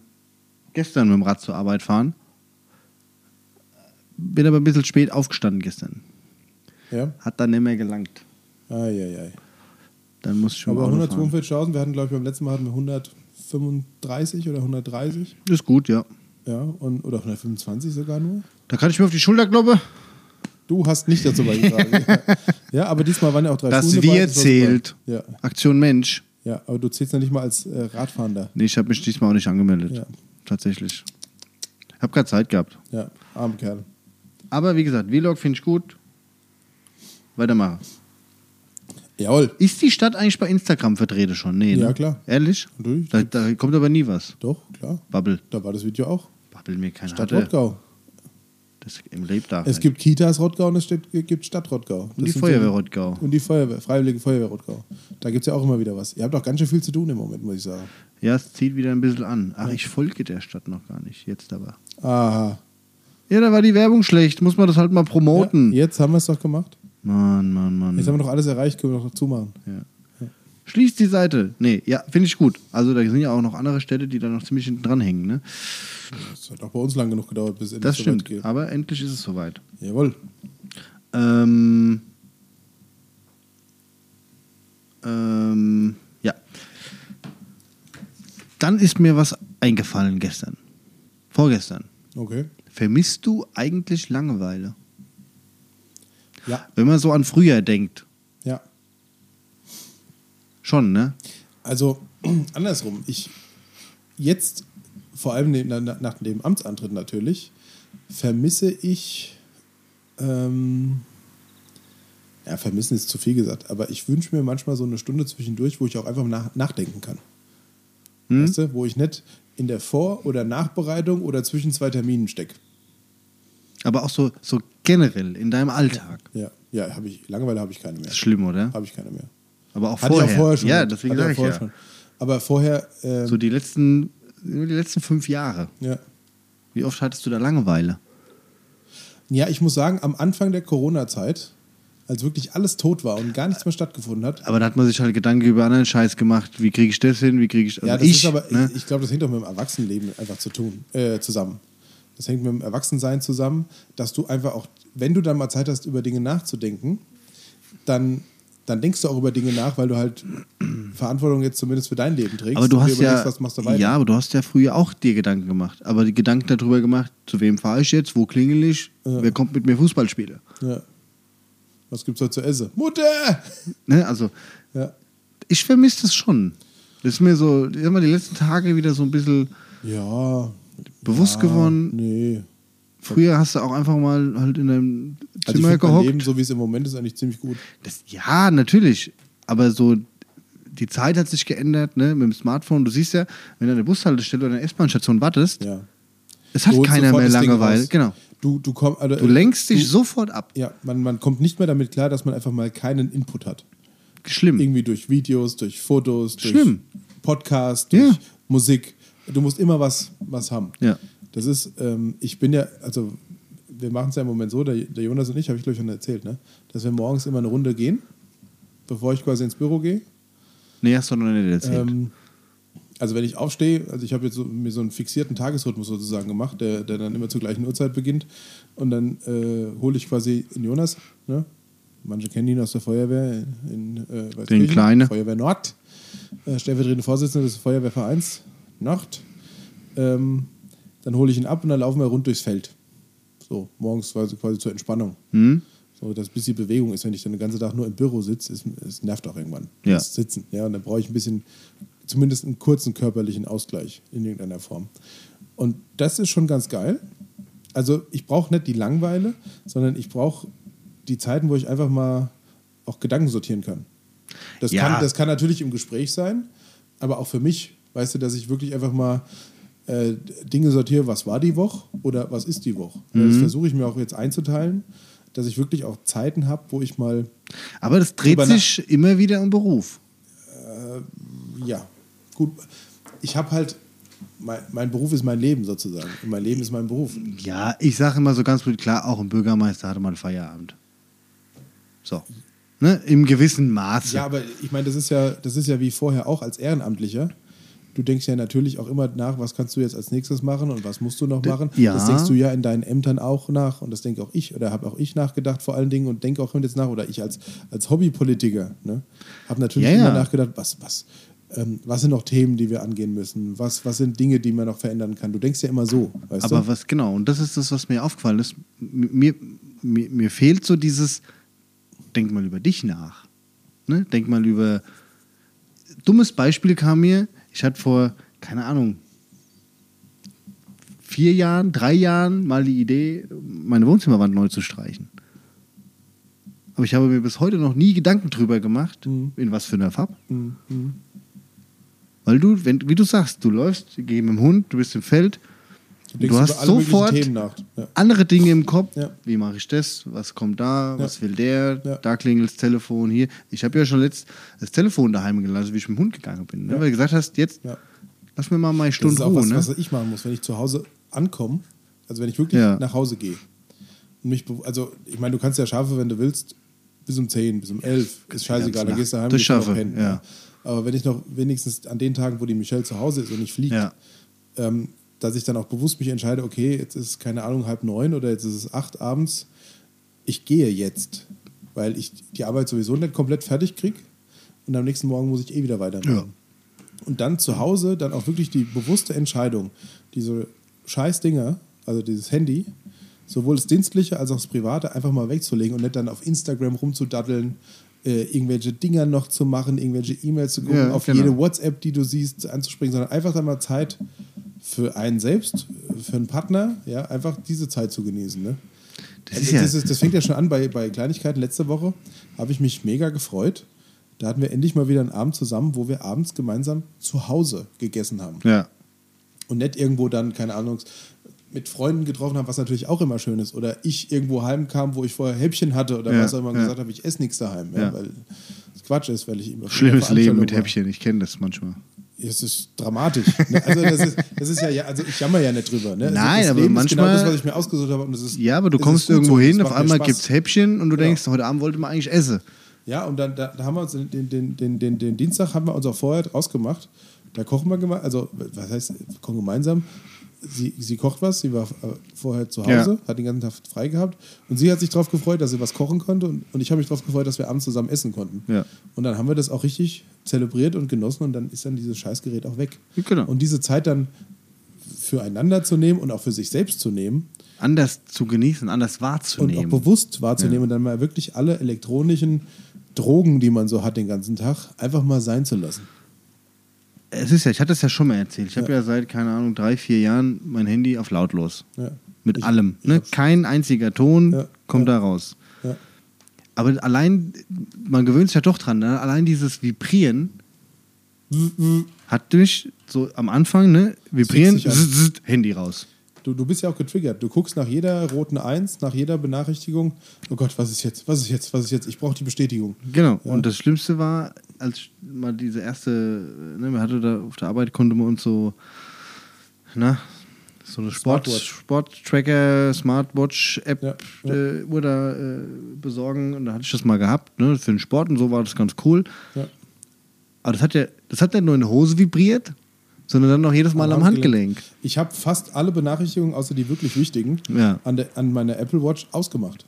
Speaker 1: gestern mit dem Rad zur Arbeit fahren. Bin aber ein bisschen spät aufgestanden gestern.
Speaker 2: Ja,
Speaker 1: Hat dann nicht mehr gelangt.
Speaker 2: ai, ai, ai.
Speaker 1: Dann muss ich schon
Speaker 2: Aber
Speaker 1: mal.
Speaker 2: 142.000, wir hatten, glaube ich, beim letzten Mal hatten wir 135 oder 130.
Speaker 1: Ist gut, ja.
Speaker 2: Ja, und, oder 125 sogar nur.
Speaker 1: Da kann ich mir auf die Schulter kloppen.
Speaker 2: Du hast nicht dazu beigetragen. ja, aber diesmal waren ja auch drei
Speaker 1: Das
Speaker 2: Schulen
Speaker 1: Wir
Speaker 2: dabei, das war super.
Speaker 1: zählt.
Speaker 2: Ja,
Speaker 1: Aktion Mensch.
Speaker 2: ja, aber du zählst ja nicht mal als äh, Radfahrender.
Speaker 1: Nee, ich habe mich diesmal auch nicht angemeldet.
Speaker 2: Ja.
Speaker 1: Tatsächlich. Ich habe keine Zeit gehabt.
Speaker 2: Ja, arm Kerl.
Speaker 1: Aber wie gesagt, Vlog finde ich gut. Weitermachen.
Speaker 2: Jawohl.
Speaker 1: Ist die Stadt eigentlich bei Instagram vertreten schon? Nee,
Speaker 2: Ja,
Speaker 1: ne?
Speaker 2: klar.
Speaker 1: Ehrlich?
Speaker 2: Natürlich.
Speaker 1: Da, da kommt aber nie was.
Speaker 2: Doch, klar.
Speaker 1: Babbel.
Speaker 2: Da war das Video auch.
Speaker 1: Babbel mir keiner
Speaker 2: Stadt
Speaker 1: hatte.
Speaker 2: Rottgau.
Speaker 1: Das im Leben da.
Speaker 2: Es gibt Kitas Rottgau und es steht, gibt Stadt Rottgau. Das
Speaker 1: die
Speaker 2: sind
Speaker 1: Feuerwehr Rottgau.
Speaker 2: Und die Feuerwehr, Freiwillige Feuerwehr Rottgau. Da gibt es ja auch immer wieder was. Ihr habt auch ganz schön viel zu tun im Moment, muss ich sagen.
Speaker 1: Ja, es zieht wieder ein bisschen an. Ach, ich folge der Stadt noch gar nicht. Jetzt aber.
Speaker 2: Aha.
Speaker 1: Ja, da war die Werbung schlecht. Muss man das halt mal
Speaker 2: Ja,
Speaker 1: promoten.
Speaker 2: jetzt haben wir es doch gemacht.
Speaker 1: Mann, Mann, Mann.
Speaker 2: Jetzt haben wir doch alles erreicht, können wir doch noch zumachen.
Speaker 1: Ja. Schließt die Seite. Nee, ja, finde ich gut. Also da sind ja auch noch andere Städte, die da noch ziemlich hinten dran hängen. Ne?
Speaker 2: Das hat auch bei uns lang genug gedauert, bis
Speaker 1: Das
Speaker 2: so
Speaker 1: stimmt.
Speaker 2: weit geht.
Speaker 1: Aber endlich ist es soweit.
Speaker 2: Jawohl.
Speaker 1: Ähm, ähm, ja. Dann ist mir was eingefallen gestern. Vorgestern.
Speaker 2: Okay.
Speaker 1: Vermisst du eigentlich Langeweile?
Speaker 2: Ja,
Speaker 1: Wenn man so an früher denkt.
Speaker 2: ja.
Speaker 1: Schon, ne?
Speaker 2: Also andersrum, ich jetzt, vor allem ne- na- nach dem Amtsantritt natürlich, vermisse ich, ähm, ja, vermissen ist zu viel gesagt, aber ich wünsche mir manchmal so eine Stunde zwischendurch, wo ich auch einfach nach, nachdenken kann.
Speaker 1: Hm?
Speaker 2: Weißt du, wo ich nicht in der Vor- oder Nachbereitung oder zwischen zwei Terminen stecke.
Speaker 1: Aber auch so, so generell in deinem Alltag.
Speaker 2: Ja, ja habe ich, Langeweile habe ich keine mehr.
Speaker 1: Das ist schlimm, oder?
Speaker 2: Habe ich keine mehr.
Speaker 1: Aber auch
Speaker 2: Hatte
Speaker 1: vorher.
Speaker 2: ich auch vorher schon.
Speaker 1: ja,
Speaker 2: gehabt.
Speaker 1: deswegen
Speaker 2: Hatte
Speaker 1: sage ich
Speaker 2: auch vorher
Speaker 1: ja.
Speaker 2: schon. Aber vorher, ähm,
Speaker 1: So Also die letzten, die letzten fünf Jahre.
Speaker 2: ja.
Speaker 1: Wie oft hattest du da Langeweile?
Speaker 2: Ja, ich muss sagen, am Anfang der Corona-Zeit, als wirklich alles tot war und gar nichts mehr stattgefunden hat,
Speaker 1: Aber da hat man sich halt Gedanken über anderen Scheiß gemacht. Wie kriege ich das hin? Wie kriege ich also
Speaker 2: ja, das
Speaker 1: ich,
Speaker 2: ist aber,
Speaker 1: ne?
Speaker 2: ich, ich glaube, das hängt auch mit dem Erwachsenenleben einfach zu tun, äh, zusammen. Das hängt mit dem Erwachsensein zusammen, dass du einfach auch, wenn du dann mal Zeit hast, über Dinge nachzudenken, dann, dann denkst du auch über Dinge nach, weil du halt Verantwortung jetzt zumindest für dein Leben trägst.
Speaker 1: aber du
Speaker 2: und dir
Speaker 1: hast ja,
Speaker 2: überlegst, was machst du weiter.
Speaker 1: ja, aber du hast ja früher auch dir Gedanken gemacht. Aber die Gedanken darüber gemacht, zu wem fahre ich jetzt, wo klingel ich,
Speaker 2: Ja.
Speaker 1: wer kommt mit mir Fußball spielen.
Speaker 2: Ja. Was gibt's heute zu essen? Mutter!
Speaker 1: Ne? Also
Speaker 2: Ja.
Speaker 1: ich vermisse das schon. Das ist mir so, ich sag mal, die letzten Tage wieder so ein bisschen
Speaker 2: Ja.
Speaker 1: bewusst
Speaker 2: Ah,
Speaker 1: geworden.
Speaker 2: nee.
Speaker 1: Früher hast du auch einfach mal halt in deinem
Speaker 2: Also ich
Speaker 1: Zimmer
Speaker 2: find mein
Speaker 1: gehockt.
Speaker 2: Leben, so wie es im Moment ist, eigentlich ziemlich gut.
Speaker 1: Das, ja, natürlich. Aber so, die Zeit hat sich geändert, ne, mit dem Smartphone. Du siehst ja, wenn du an der Bushaltestelle oder an der S-Bahn-Station wartest,
Speaker 2: Ja.
Speaker 1: es hat
Speaker 2: Du holst
Speaker 1: keiner
Speaker 2: sofort
Speaker 1: mehr
Speaker 2: das Ding
Speaker 1: Langeweile.
Speaker 2: raus.
Speaker 1: Genau.
Speaker 2: Du, du, komm, also,
Speaker 1: Du lenkst dich sofort ab.
Speaker 2: Ja, man, man kommt nicht mehr damit klar, dass man einfach mal keinen Input hat.
Speaker 1: Schlimm.
Speaker 2: Irgendwie durch Videos, durch Fotos, durch
Speaker 1: Schlimm.
Speaker 2: Podcast, durch
Speaker 1: Ja.
Speaker 2: Musik. Du musst immer was, was haben.
Speaker 1: Ja.
Speaker 2: Das ist, ähm, ich bin ja, also wir machen es ja im Moment so, der, der Jonas und ich, habe ich glaube ich schon erzählt, ne? dass wir morgens immer eine Runde gehen, bevor ich quasi ins Büro gehe.
Speaker 1: Nee, hast du noch nicht erzählt.
Speaker 2: Ähm, also wenn ich aufstehe, also ich habe jetzt so, mir so einen fixierten Tagesrhythmus sozusagen gemacht, der, der dann immer zur gleichen Uhrzeit beginnt. Und dann äh, hole ich quasi den Jonas, ne? manche kennen ihn aus der Feuerwehr, in, äh, Weißkirchen,
Speaker 1: Kleine.
Speaker 2: Feuerwehr Nord, äh, stellvertretende Vorsitzende des Feuerwehrvereins Nord. Ähm, dann hole ich ihn ab und dann laufen wir rund durchs Feld. So, morgens quasi, quasi zur Entspannung.
Speaker 1: Hm?
Speaker 2: So, dass ein bisschen Bewegung ist, wenn ich dann den ganzen Tag nur im Büro sitze, ist, es nervt auch irgendwann.
Speaker 1: Ja.
Speaker 2: Das Sitzen. Ja, und dann brauche ich ein bisschen, zumindest einen kurzen körperlichen Ausgleich in irgendeiner Form. Und das ist schon ganz geil. Also ich brauche nicht die Langweile, sondern ich brauche die Zeiten, wo ich einfach mal auch Gedanken sortieren kann. Das,
Speaker 1: Ja.
Speaker 2: kann, das kann natürlich im Gespräch sein, aber auch für mich, weißt du, dass ich wirklich einfach mal äh, Dinge sortiere, was war die Woche oder was ist die Woche. Das versuche ich mir auch jetzt einzuteilen, dass ich wirklich auch Zeiten habe, wo ich mal,
Speaker 1: Aber das dreht
Speaker 2: drüber nach-
Speaker 1: sich immer wieder um Beruf.
Speaker 2: ja, gut, ich habe halt, mein, mein Beruf ist mein Leben sozusagen und mein Leben ist mein Beruf.
Speaker 1: Ja, ich sage immer so ganz blöd, klar, auch ein Bürgermeister hatte mal einen Feierabend. So. Ne? Im gewissen Maße.
Speaker 2: Ja, aber ich meine, das ist ja, das ist ja wie vorher auch als Ehrenamtlicher. Du denkst ja natürlich auch immer nach, was kannst du jetzt als nächstes machen und was musst du noch machen.
Speaker 1: ja.
Speaker 2: Das denkst du ja in deinen Ämtern auch nach und das denke auch ich oder habe auch ich nachgedacht vor allen Dingen und denke auch jetzt nach oder ich als, als Hobbypolitiker ne, habe natürlich
Speaker 1: Ja,
Speaker 2: immer
Speaker 1: ja.
Speaker 2: nachgedacht, was, was, ähm, was sind noch Themen, die wir angehen müssen, was, was sind Dinge, die man noch verändern kann. Du denkst ja immer so, weißt
Speaker 1: Aber
Speaker 2: du?
Speaker 1: was genau, und das ist das, was mir aufgefallen ist. M- Mir, mir, mir fehlt so dieses, denk mal über dich nach. Ne? Denk mal über. Dummes Beispiel kam mir, ich hatte vor, keine Ahnung, vier Jahren, drei Jahren mal die Idee, meine Wohnzimmerwand neu zu streichen. Aber ich habe mir bis heute noch nie Gedanken drüber gemacht,
Speaker 2: Mhm.
Speaker 1: in was für einer Farbe.
Speaker 2: Mhm, mhm.
Speaker 1: Weil du, wenn, wie du sagst, du läufst, geh mit dem Hund, du bist im Feld,
Speaker 2: Du
Speaker 1: du,
Speaker 2: denkst
Speaker 1: hast
Speaker 2: über alle möglichen
Speaker 1: sofort
Speaker 2: Themen nach. Ja.
Speaker 1: andere Dinge im Kopf.
Speaker 2: Ja.
Speaker 1: Wie mache ich das? Was kommt da?
Speaker 2: Ja.
Speaker 1: Was will der?
Speaker 2: Ja.
Speaker 1: Da klingelt das Telefon hier. Ich habe ja schon letzt das Telefon daheim gelassen, wie ich mit dem Hund gegangen bin. Ne?
Speaker 2: Ja.
Speaker 1: Weil du gesagt hast, jetzt
Speaker 2: Ja.
Speaker 1: lass mir mal meine
Speaker 2: Das
Speaker 1: Stunde
Speaker 2: ist auch
Speaker 1: Ruhe.
Speaker 2: was,
Speaker 1: ne?
Speaker 2: was ich machen muss, wenn ich zu Hause ankomme, also wenn ich wirklich
Speaker 1: Ja.
Speaker 2: nach Hause gehe. Und mich, be- also ich meine, du kannst ja Schafe, wenn du willst, bis um 10, bis um 11, ist scheißegal,
Speaker 1: ganze
Speaker 2: dann gehst du
Speaker 1: Nacht
Speaker 2: heim,
Speaker 1: durch
Speaker 2: gehst du noch ne?
Speaker 1: Schafe, ja.
Speaker 2: Aber wenn ich noch wenigstens an den Tagen, wo die Michelle zu Hause ist und ich fliege,
Speaker 1: Ja.
Speaker 2: ähm, dass ich dann auch bewusst mich entscheide, okay, jetzt ist es, keine Ahnung, halb neun oder jetzt ist es acht abends, ich gehe jetzt, weil ich die Arbeit sowieso nicht komplett fertig kriege und am nächsten Morgen muss ich eh wieder weitermachen.
Speaker 1: Ja.
Speaker 2: Und dann zu Hause dann auch wirklich die bewusste Entscheidung, diese scheiß Dinger, also dieses Handy, sowohl das Dienstliche als auch das Private einfach mal wegzulegen und nicht dann auf Instagram rumzudatteln, äh, irgendwelche Dinger noch zu machen, irgendwelche E-Mails zu gucken,
Speaker 1: Ja,
Speaker 2: auf
Speaker 1: genau.
Speaker 2: jede WhatsApp, die du siehst, anzuspringen, sondern einfach dann mal Zeit für einen selbst, für einen Partner, ja, einfach diese Zeit zu genießen. Ne?
Speaker 1: Das ist ja.
Speaker 2: das, ist, das fängt ja schon an bei, bei Kleinigkeiten. Letzte Woche habe ich mich mega gefreut. Da hatten wir endlich mal wieder einen Abend zusammen, wo wir abends gemeinsam zu Hause gegessen haben.
Speaker 1: ja.
Speaker 2: Und nicht irgendwo dann, keine Ahnung, mit Freunden getroffen haben, was natürlich auch immer schön ist. Oder ich irgendwo heimkam, wo ich vorher Häppchen hatte oder
Speaker 1: Ja,
Speaker 2: was auch immer
Speaker 1: ja.
Speaker 2: gesagt habe, ich esse nichts daheim. Ja,
Speaker 1: Ja.
Speaker 2: Weil es Quatsch ist, weil ich immer.
Speaker 1: Schlimmes Leben mit
Speaker 2: Häppchen
Speaker 1: Häppchen, ich kenne das manchmal.
Speaker 2: es ist dramatisch. Ne? Also das ist, das ist ja- ja, also ich jammer ja nicht drüber. Ne?
Speaker 1: Nein,
Speaker 2: also das
Speaker 1: aber
Speaker 2: Leben
Speaker 1: manchmal-
Speaker 2: Ist genau das, was ich mir ausgesucht habe. Und das ist,
Speaker 1: Ja, aber du
Speaker 2: es ist
Speaker 1: kommst
Speaker 2: gut
Speaker 1: irgendwo
Speaker 2: so.
Speaker 1: hin,
Speaker 2: Es
Speaker 1: auf
Speaker 2: macht mir
Speaker 1: einmal
Speaker 2: Spaß.
Speaker 1: gibt es Häppchen und du
Speaker 2: Genau.
Speaker 1: denkst, heute Abend wollte man eigentlich essen.
Speaker 2: Ja, und dann da, da haben wir uns den, den, den, den, den, den Dienstag haben wir uns auch vorher ausgemacht. Da kochen wir gemeinsam, also was heißt, wir kochen gemeinsam. Sie, sie kocht was, sie war äh, vorher zu
Speaker 1: Ja.
Speaker 2: Hause, hat den ganzen Tag frei gehabt und sie hat sich darauf gefreut, dass sie was kochen konnte und, und ich habe mich darauf gefreut, dass wir abends zusammen essen konnten.
Speaker 1: Ja.
Speaker 2: Und dann haben wir das auch richtig zelebriert und genossen und dann ist dann dieses Scheißgerät auch weg.
Speaker 1: Genau.
Speaker 2: Und diese Zeit dann füreinander zu nehmen und auch für sich selbst zu nehmen
Speaker 1: Anders zu genießen, anders
Speaker 2: und
Speaker 1: wahrzunehmen.
Speaker 2: auch bewusst wahrzunehmen und dann mal wirklich alle elektronischen Drogen, die man so hat den ganzen Tag, einfach mal sein zu lassen.
Speaker 1: es ist ja, ich hatte es ja schon mal erzählt. Ich habe
Speaker 2: Ja.
Speaker 1: ja seit, keine Ahnung, drei, vier Jahren mein Handy auf lautlos.
Speaker 2: Ja.
Speaker 1: Mit
Speaker 2: Ich-
Speaker 1: allem.
Speaker 2: ich
Speaker 1: Ne?
Speaker 2: hab's-
Speaker 1: Kein einziger Ton
Speaker 2: Ja,
Speaker 1: kommt
Speaker 2: ja.
Speaker 1: da raus.
Speaker 2: Ja.
Speaker 1: Aber allein, man gewöhnt sich ja doch dran, ne? allein dieses Vibrieren hat mich so am Anfang, ne? Vibrieren,
Speaker 2: sich an.
Speaker 1: zzz, zzz, Handy raus.
Speaker 2: Du, du bist ja auch getriggert. Du guckst nach jeder roten Eins, nach jeder Benachrichtigung. Oh Gott, was ist jetzt? Was ist jetzt? Was ist jetzt? Ich brauche die Bestätigung.
Speaker 1: Genau. Und das Schlimmste war, als ich mal diese erste, ne, wir hatten da auf der Arbeit konnte man uns so, na, so eine Sport,
Speaker 2: Smartwatch.
Speaker 1: Sport-Tracker, Smartwatch-App
Speaker 2: Ja, ja.
Speaker 1: Äh, oder äh, besorgen. Und da hatte ich das mal gehabt, ne, für den Sport und so war das ganz cool.
Speaker 2: Ja.
Speaker 1: Aber das hat ja, das hat nicht nur in der Hose vibriert, sondern dann noch jedes Mal am, Handgelenk.
Speaker 2: Ich habe fast alle Benachrichtigungen, außer die wirklich wichtigen,
Speaker 1: Ja.
Speaker 2: an, der, an meiner Apple Watch ausgemacht.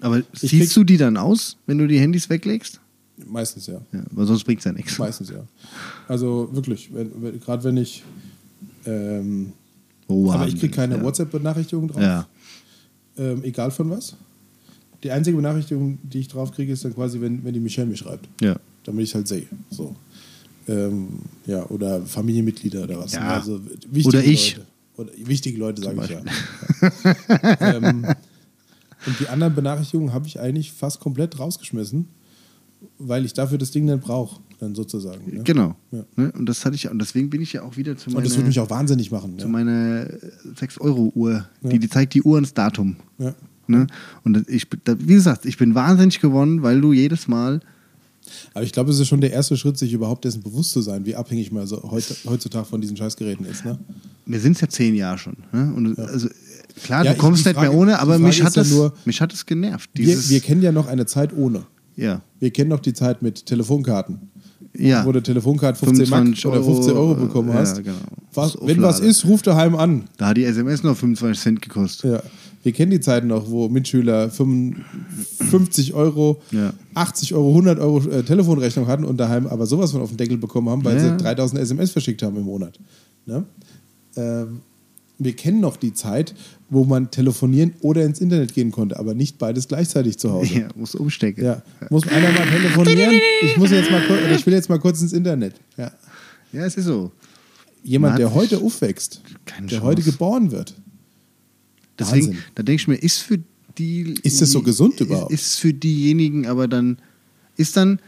Speaker 1: Aber
Speaker 2: Ich krieg-
Speaker 1: siehst du die dann aus, wenn du die Handys weglegst?
Speaker 2: Meistens ja.
Speaker 1: Ja, weil sonst bringt es ja nichts.
Speaker 2: Meistens ja. Also wirklich, wenn, wenn, gerade wenn ich. Ähm,
Speaker 1: Oh,
Speaker 2: aber
Speaker 1: Wahnsinn,
Speaker 2: ich kriege keine
Speaker 1: ja.
Speaker 2: WhatsApp-Benachrichtigung drauf.
Speaker 1: Ja.
Speaker 2: ähm, egal von was. Die einzige Benachrichtigung, die ich drauf kriege, ist dann quasi, wenn, wenn die Michelle mir schreibt,
Speaker 1: ja.
Speaker 2: damit ich halt sehe. So. Ähm, ja, oder Familienmitglieder oder was. Also,
Speaker 1: Ja.
Speaker 2: wichtige
Speaker 1: Oder ich.
Speaker 2: Leute. Oder wichtige Leute, sage ich ja. ja. ähm, und die anderen Benachrichtigungen habe ich eigentlich fast komplett rausgeschmissen, weil ich dafür das Ding dann brauche, dann sozusagen. Ne?
Speaker 1: Genau.
Speaker 2: Ja.
Speaker 1: Ne? Und das hatte ich, und deswegen bin ich ja auch wieder zu
Speaker 2: Und das würde
Speaker 1: meiner,
Speaker 2: mich auch wahnsinnig machen. ne?
Speaker 1: zu
Speaker 2: Ja.
Speaker 1: meiner 6-Euro-Uhr.
Speaker 2: Ja.
Speaker 1: Die, die zeigt die Uhr ans Datum.
Speaker 2: Ja.
Speaker 1: Ne? Und das- ich, bin- da- wie gesagt, ich bin wahnsinnig geworden, weil du jedes Mal,
Speaker 2: Aber ich glaube, es ist schon der erste Schritt, sich überhaupt dessen bewusst zu sein, wie abhängig man so heut, heutzutage von diesen Scheißgeräten ist. Ne?
Speaker 1: wir sind es ja zehn Jahre schon. Ne? Und also, klar,
Speaker 2: Ja,
Speaker 1: du
Speaker 2: ich-
Speaker 1: kommst
Speaker 2: die
Speaker 1: nicht mehr
Speaker 2: Frage-
Speaker 1: ohne, aber
Speaker 2: die
Speaker 1: mich
Speaker 2: Frage
Speaker 1: hat,
Speaker 2: ist ja
Speaker 1: es,
Speaker 2: nur-
Speaker 1: mich hat es genervt.
Speaker 2: Wir,
Speaker 1: Dieses,
Speaker 2: wir kennen ja noch eine Zeit ohne.
Speaker 1: ja.
Speaker 2: Wir kennen noch die Zeit mit Telefonkarten.
Speaker 1: Ja.
Speaker 2: Wo du Telefonkarte 15 Mark
Speaker 1: 25
Speaker 2: oder 15 Euro bekommen
Speaker 1: äh, ja,
Speaker 2: hast.
Speaker 1: genau.
Speaker 2: was,
Speaker 1: Das
Speaker 2: wenn was
Speaker 1: Aufladen.
Speaker 2: ist, ruf daheim an.
Speaker 1: Da hat die SMS noch 25 Cent gekostet.
Speaker 2: Ja. Wir kennen die Zeiten noch, wo Mitschüler 55 Euro,
Speaker 1: Ja.
Speaker 2: 80 Euro, 100 Euro äh, Telefonrechnung hatten und daheim aber sowas von auf den Deckel bekommen haben, weil
Speaker 1: Ja.
Speaker 2: sie 3000 SMS verschickt haben im Monat. Ne? Ähm, wir kennen noch die Zeit, wo man telefonieren oder ins Internet gehen konnte, aber nicht beides gleichzeitig zu Hause.
Speaker 1: Ja, muss umstecken.
Speaker 2: Ja, muss einer mal telefonieren? Ich muss jetzt mal kurz, oder ich will jetzt mal kurz ins Internet. Ja.
Speaker 1: ja, es ist so.
Speaker 2: Jemand,
Speaker 1: Man
Speaker 2: der
Speaker 1: hat
Speaker 2: heute aufwächst,
Speaker 1: keine
Speaker 2: der
Speaker 1: Chance.
Speaker 2: heute geboren wird.
Speaker 1: Deswegen,
Speaker 2: Wahnsinn.
Speaker 1: da denke ich mir, ist für die.
Speaker 2: Ist das so gesund
Speaker 1: ist,
Speaker 2: überhaupt?
Speaker 1: Ist für diejenigen, aber dann. Ist dann.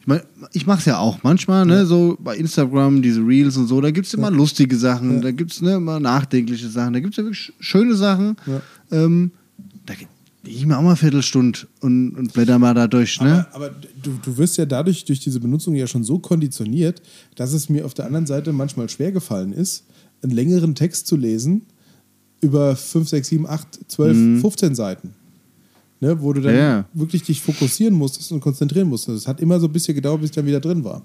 Speaker 1: Ich, mein, ich mache es ja auch manchmal, ne, so bei Instagram, diese Reels und so, da gibt es immer lustige Sachen, da gibt es ne, immer nachdenkliche Sachen, da gibt es ja wirklich schöne Sachen.
Speaker 2: Ja.
Speaker 1: Ähm, da ge- geh ich mir auch mal eine Viertelstunde und, und blätter mal da durch. Ne?
Speaker 2: Aber, aber du, du wirst ja dadurch, durch diese Benutzung ja schon so konditioniert, dass es mir auf der anderen Seite manchmal schwer gefallen ist, einen längeren Text zu lesen über 5, 6, 7, 8, 12, 15 Seiten. Ne, wo du dann
Speaker 1: Ja.
Speaker 2: wirklich dich fokussieren musstest und konzentrieren musstest. Es hat immer so ein bisschen gedauert, bis ich dann wieder drin war.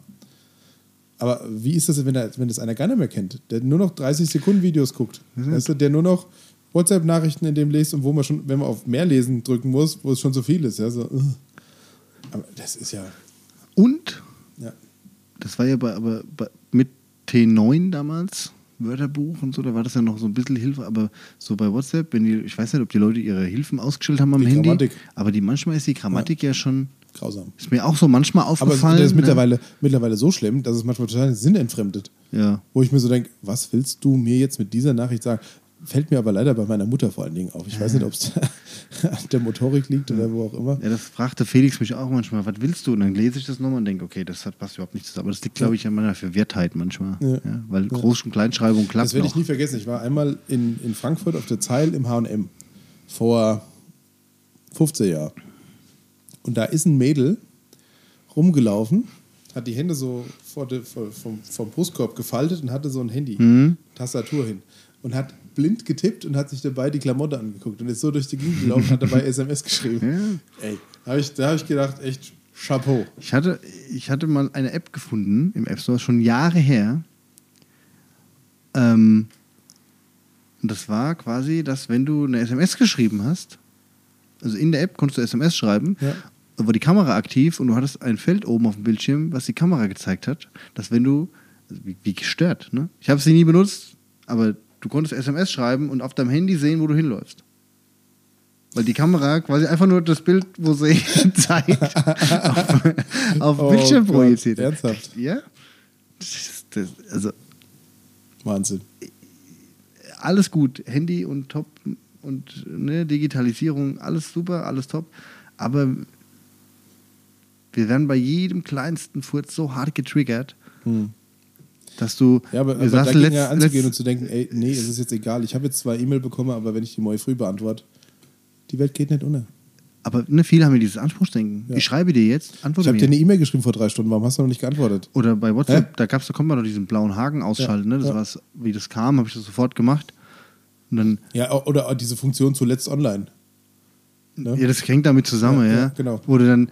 Speaker 2: Aber wie ist das, wenn, da, wenn das einer gar nicht mehr kennt, der nur noch 30 Sekunden Videos guckt? Weißt du, der nur noch WhatsApp-Nachrichten in dem liest und wo man schon, wenn man auf mehr lesen drücken muss, wo es schon so viel ist. Ja, so. ugh. Aber das ist ja.
Speaker 1: Und,
Speaker 2: ja.
Speaker 1: das war ja bei, aber bei, mit T9 damals, Wörterbuch und so, da war das ja noch so ein bisschen Hilfe, aber so bei WhatsApp, wenn die, ich weiß nicht, ob die Leute ihre Hilfen ausgestellt haben am
Speaker 2: Die
Speaker 1: Handy,
Speaker 2: Grammatik.
Speaker 1: aber die manchmal ist die Grammatik ja, schon,
Speaker 2: Grausam.
Speaker 1: ist mir auch so manchmal
Speaker 2: Aber es-
Speaker 1: aufgefallen.
Speaker 2: das ist
Speaker 1: ne?
Speaker 2: mittlerweile, mittlerweile so schlimm, dass es manchmal total den Sinn entfremdet.
Speaker 1: Ja.
Speaker 2: Wo ich mir so denke, was willst du mir jetzt mit dieser Nachricht sagen? Fällt mir aber leider bei meiner Mutter vor allen Dingen auf. Ich weiß nicht, ob es an der Motorik liegt oder wo auch immer.
Speaker 1: Ja, das fragte Felix mich auch manchmal, was willst du? Und dann lese ich das nochmal und denke, okay, das hat, passt überhaupt nicht zusammen. Aber das liegt, glaube ich, an meiner Verwirrtheit manchmal.
Speaker 2: Ja.
Speaker 1: Ja. weil Groß- und Kleinschreibung klappt
Speaker 2: Das werde ich
Speaker 1: noch.
Speaker 2: nie vergessen. Ich war einmal in, in Frankfurt auf der Zeil im HM vor 15 Jahren. Und da ist ein Mädel rumgelaufen, hat die Hände so vor de, vor, vom, vom Brustkorb gefaltet und hatte so ein Handy,
Speaker 1: Mhm.
Speaker 2: Tastatur hin. Und hat blind getippt und hat sich dabei die Klamotte angeguckt und ist so durch die Gegend gelaufen und hat dabei SMS geschrieben. Ey, hab ich, da habe ich gedacht, echt Chapeau.
Speaker 1: Ich hatte, ich hatte mal eine App gefunden im App Store, schon Jahre her. Ähm, und das war quasi, dass wenn du eine SMS geschrieben hast, also in der App konntest du SMS schreiben,
Speaker 2: Ja.
Speaker 1: war die Kamera aktiv und du hattest ein Feld oben auf dem Bildschirm, was die Kamera gezeigt hat, dass wenn du, also wie, wie gestört, ne? Ich habe sie nie benutzt, aber du konntest SMS schreiben und auf deinem Handy sehen, wo du hinläufst. Weil die Kamera quasi einfach nur das Bild, wo sie zeigt, auf, auf
Speaker 2: Oh
Speaker 1: Bildschirm
Speaker 2: Gott,
Speaker 1: projiziert.
Speaker 2: ernsthaft?
Speaker 1: Ja. Das, das, also
Speaker 2: Wahnsinn.
Speaker 1: alles gut. Handy und top und ne, Digitalisierung, alles super, alles top. Aber wir werden bei jedem kleinsten Furz so hart getriggert, dass du.
Speaker 2: Hm. Ja, aber,
Speaker 1: wir
Speaker 2: aber
Speaker 1: saßen
Speaker 2: dagegen
Speaker 1: letzt-
Speaker 2: ja anzugehen und
Speaker 1: letzt-
Speaker 2: zu denken, ey, nee, es ist jetzt egal. Ich habe jetzt zwei E-Mail bekommen, aber wenn ich die morgen früh beantworte, die Welt geht nicht unter.
Speaker 1: aber ne, viele haben ja dieses Anspruchsdenken.
Speaker 2: Ja.
Speaker 1: Ich schreibe dir jetzt,
Speaker 2: Ich
Speaker 1: antworte
Speaker 2: habe dir
Speaker 1: mir.
Speaker 2: eine E-Mail geschrieben vor drei Stunden, warum hast du noch nicht geantwortet?
Speaker 1: Oder bei WhatsApp,
Speaker 2: Hä?
Speaker 1: da gab's, da konnte man doch diesen blauen Haken ausschalten.
Speaker 2: Ja,
Speaker 1: Ne? Das
Speaker 2: ja.
Speaker 1: war's, wie das kam, habe ich das sofort gemacht. Und dann,
Speaker 2: Ja, o- oder diese Funktion zuletzt online. Ne?
Speaker 1: ja, das hängt damit zusammen,
Speaker 2: Ja,
Speaker 1: ja.
Speaker 2: ja, genau.
Speaker 1: Wo du dann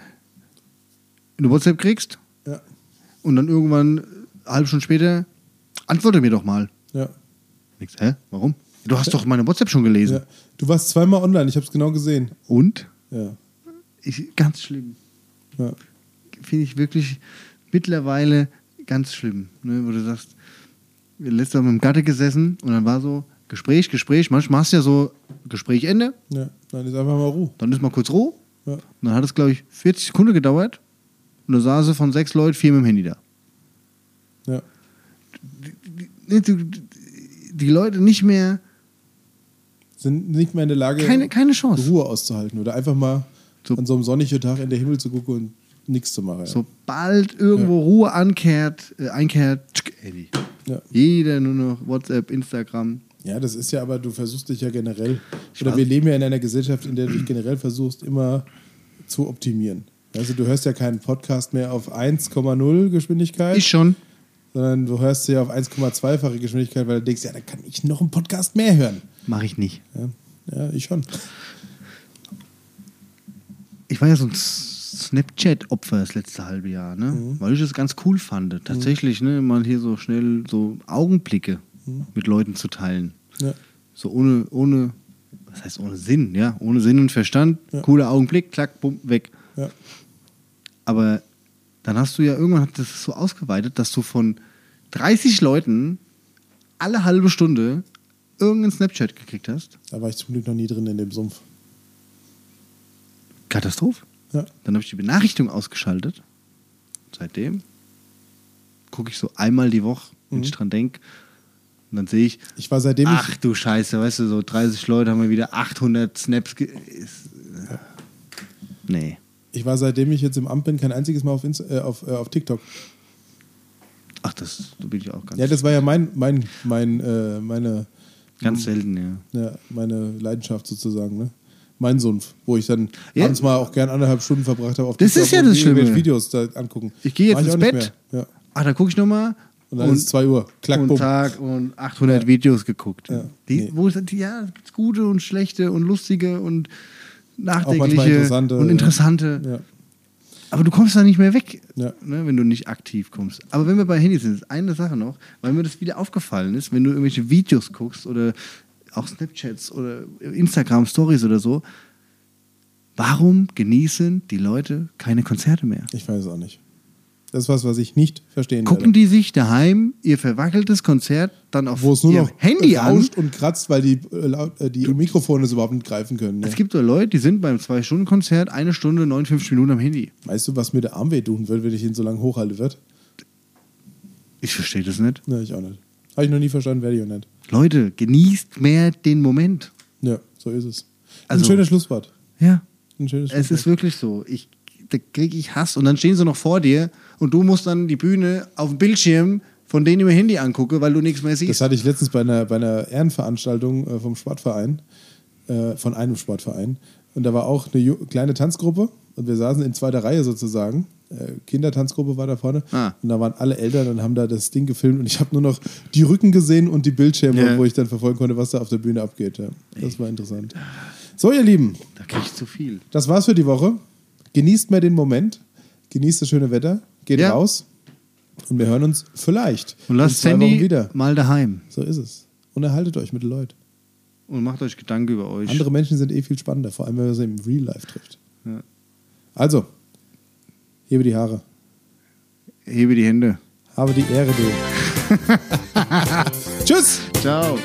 Speaker 1: eine WhatsApp kriegst
Speaker 2: Ja,
Speaker 1: und dann irgendwann, äh, eine halbe Stunde später, antworte mir doch mal.
Speaker 2: ja,
Speaker 1: Nix, hä? Warum? Du hast doch meine WhatsApp schon gelesen.
Speaker 2: ja. Du warst zweimal online, ich habe es genau gesehen.
Speaker 1: Und?
Speaker 2: Ja,
Speaker 1: Ich, ganz schlimm.
Speaker 2: ja.
Speaker 1: Finde ich wirklich mittlerweile ganz schlimm. Ne? Wo du sagst, wir haben letztes Mal mit dem Gatte gesessen und dann war so Gespräch, Gespräch. Manchmal hast du ja so Gespräch Ende,
Speaker 2: ja. Nein, ist einfach mal Ruhe.
Speaker 1: dann ist mal kurz roh.
Speaker 2: Ja.
Speaker 1: Und dann hat es, glaube ich, 40 Sekunden gedauert. Und da saßen von sechs Leuten vier mit dem Handy da.
Speaker 2: Ja.
Speaker 1: Die, die, die Leute nicht mehr,
Speaker 2: Sind nicht mehr in der Lage,
Speaker 1: keine, keine Chance.
Speaker 2: Ruhe auszuhalten oder einfach mal
Speaker 1: So-
Speaker 2: an so einem sonnigen Tag in den Himmel zu gucken und nichts zu machen. Ja.
Speaker 1: Sobald irgendwo Ruhe ankehrt, äh, einkehrt, tschk, Handy.
Speaker 2: Ja.
Speaker 1: Jeder nur noch WhatsApp, Instagram.
Speaker 2: Ja, das ist ja aber, du versuchst dich ja generell,
Speaker 1: Ich
Speaker 2: oder
Speaker 1: weiß-
Speaker 2: wir leben ja in einer Gesellschaft, in der du dich generell versuchst, immer zu optimieren. Also du hörst ja keinen Podcast mehr auf 1,0 Geschwindigkeit,
Speaker 1: Ich schon.
Speaker 2: sondern du hörst sie ja auf 1,2-fache Geschwindigkeit, weil du denkst, ja, da kann ich noch einen Podcast mehr hören.
Speaker 1: Mache ich nicht.
Speaker 2: Ja, ja ich schon.
Speaker 1: Ich war ja so ein S- Snapchat-Opfer das letzte halbe Jahr, ne?
Speaker 2: Mhm.
Speaker 1: Weil ich es ganz cool fand. Tatsächlich, ne, mal hier so schnell so Augenblicke
Speaker 2: Mhm.
Speaker 1: mit Leuten zu teilen.
Speaker 2: Ja,
Speaker 1: So ohne, ohne, was heißt ohne Sinn, ja? Ohne Sinn und Verstand.
Speaker 2: Ja.
Speaker 1: Cooler Augenblick, klack, bumm, weg.
Speaker 2: ja,
Speaker 1: Aber dann hast du ja irgendwann hat das so ausgeweitet, dass du von 30 Leuten alle halbe Stunde irgendeinen Snapchat gekriegt hast.
Speaker 2: da war ich zum Glück noch nie drin in dem Sumpf.
Speaker 1: Katastrophe.
Speaker 2: Ja,
Speaker 1: Dann habe ich die Benachrichtigung ausgeschaltet. Seitdem gucke ich so einmal die Woche, wenn ich dran denke. Und dann sehe ich,
Speaker 2: ich war seitdem ich,
Speaker 1: ach du Scheiße, weißt du, so 30 Leute haben wir wieder 800 Snaps. Ge ist, äh, nee.
Speaker 2: ich war seitdem ich jetzt im Amt bin kein einziges Mal auf, Inst äh, auf, äh, auf TikTok.
Speaker 1: Ach, das da bin ich auch ganz,
Speaker 2: Ja, das war ja mein, mein, mein, äh, meine
Speaker 1: ganz selten, ja.
Speaker 2: ja, meine Leidenschaft sozusagen, ne? Mein Sumpf, wo ich dann
Speaker 1: Ja.
Speaker 2: abends mal auch gern anderthalb Stunden verbracht habe auf
Speaker 1: Das ist ja
Speaker 2: und
Speaker 1: das
Speaker 2: mir
Speaker 1: Schlimme.
Speaker 2: irgendwelche Videos da angucken.
Speaker 1: Ich gehe jetzt
Speaker 2: Mach ich
Speaker 1: ins
Speaker 2: auch nicht
Speaker 1: Bett.
Speaker 2: mehr. Ja.
Speaker 1: Ach, Ah, da gucke ich nochmal.
Speaker 2: Und dann ist es 2 Uhr. Klack,
Speaker 1: und
Speaker 2: bumm.
Speaker 1: Tag und 800 Videos geguckt.
Speaker 2: Ja.
Speaker 1: Die,
Speaker 2: Nee.
Speaker 1: Wo sind die, ja, es gibt gute und schlechte und lustige und nachdenkliche
Speaker 2: interessante,
Speaker 1: und
Speaker 2: ja.
Speaker 1: interessante.
Speaker 2: Ja.
Speaker 1: Aber du kommst da nicht mehr weg,
Speaker 2: Ja.
Speaker 1: ne, wenn du nicht aktiv kommst. Aber wenn wir bei Handys sind, ist eine Sache noch, weil mir das wieder aufgefallen ist, wenn du irgendwelche Videos guckst oder auch Snapchats oder Instagram-Stories oder so, warum genießen die Leute keine Konzerte mehr?
Speaker 2: Ich weiß es auch nicht. Das ist was, was ich nicht verstehen
Speaker 1: Gucken die sich daheim ihr verwackeltes Konzert dann auf
Speaker 2: Wo es nur
Speaker 1: ihr
Speaker 2: noch äh,
Speaker 1: Handy an?
Speaker 2: rauscht und kratzt, weil die, äh, laut, äh, die Mikrofone es überhaupt nicht greifen können. Ne?
Speaker 1: Es gibt so Leute, die sind beim Zwei-Stunden-Konzert eine Stunde, 59 Minuten am Handy.
Speaker 2: Weißt du, was mir der Arm weh tun wird, wenn ich ihn so lange hochhalte wird?
Speaker 1: Ich verstehe das nicht.
Speaker 2: Ne, ich auch nicht. Habe ich noch nie verstanden, werde ich auch nicht.
Speaker 1: Leute, genießt mehr den Moment.
Speaker 2: Ja, so ist es. Das ist
Speaker 1: Also-
Speaker 2: ein schönes Schlusswort.
Speaker 1: Ja.
Speaker 2: Ein schönes
Speaker 1: Es ist
Speaker 2: Schlusswort.
Speaker 1: wirklich so. Ich, da kriege ich Hass und dann stehen sie noch vor dir und du musst dann die Bühne auf dem Bildschirm von denen ich mir Handy angucke, weil du nichts mehr
Speaker 2: Das
Speaker 1: siehst.
Speaker 2: hatte ich letztens bei einer, bei einer Ehrenveranstaltung äh, vom Sportverein, äh, von einem Sportverein. Und da war auch eine ju- kleine Tanzgruppe und wir saßen in zweiter Reihe sozusagen. Äh, Kindertanzgruppe war da vorne.
Speaker 1: Ah.
Speaker 2: Und da waren alle Eltern und haben da das Ding gefilmt und ich habe nur noch die Rücken gesehen und die Bildschirme,
Speaker 1: Ja.
Speaker 2: wo ich dann verfolgen konnte, was da auf der Bühne abgeht. Ja. Das war interessant. So, ihr Lieben,
Speaker 1: Da kriege ich zu viel.
Speaker 2: das war's für die Woche. Genießt mal den Moment, genießt das schöne Wetter, geht
Speaker 1: Ja.
Speaker 2: raus und wir hören uns vielleicht
Speaker 1: Und
Speaker 2: in
Speaker 1: lasst
Speaker 2: zwei Wochen
Speaker 1: Handy
Speaker 2: wieder.
Speaker 1: mal daheim
Speaker 2: So ist es. Und erhaltet euch mit den Leuten.
Speaker 1: und macht euch Gedanken über euch.
Speaker 2: Andere Menschen sind eh viel spannender, vor allem wenn man sie im Real Life trifft.
Speaker 1: Ja.
Speaker 2: Also, hebe die Haare.
Speaker 1: Hebe die Hände.
Speaker 2: Habe die Ehre, du. Tschüss!
Speaker 1: Ciao.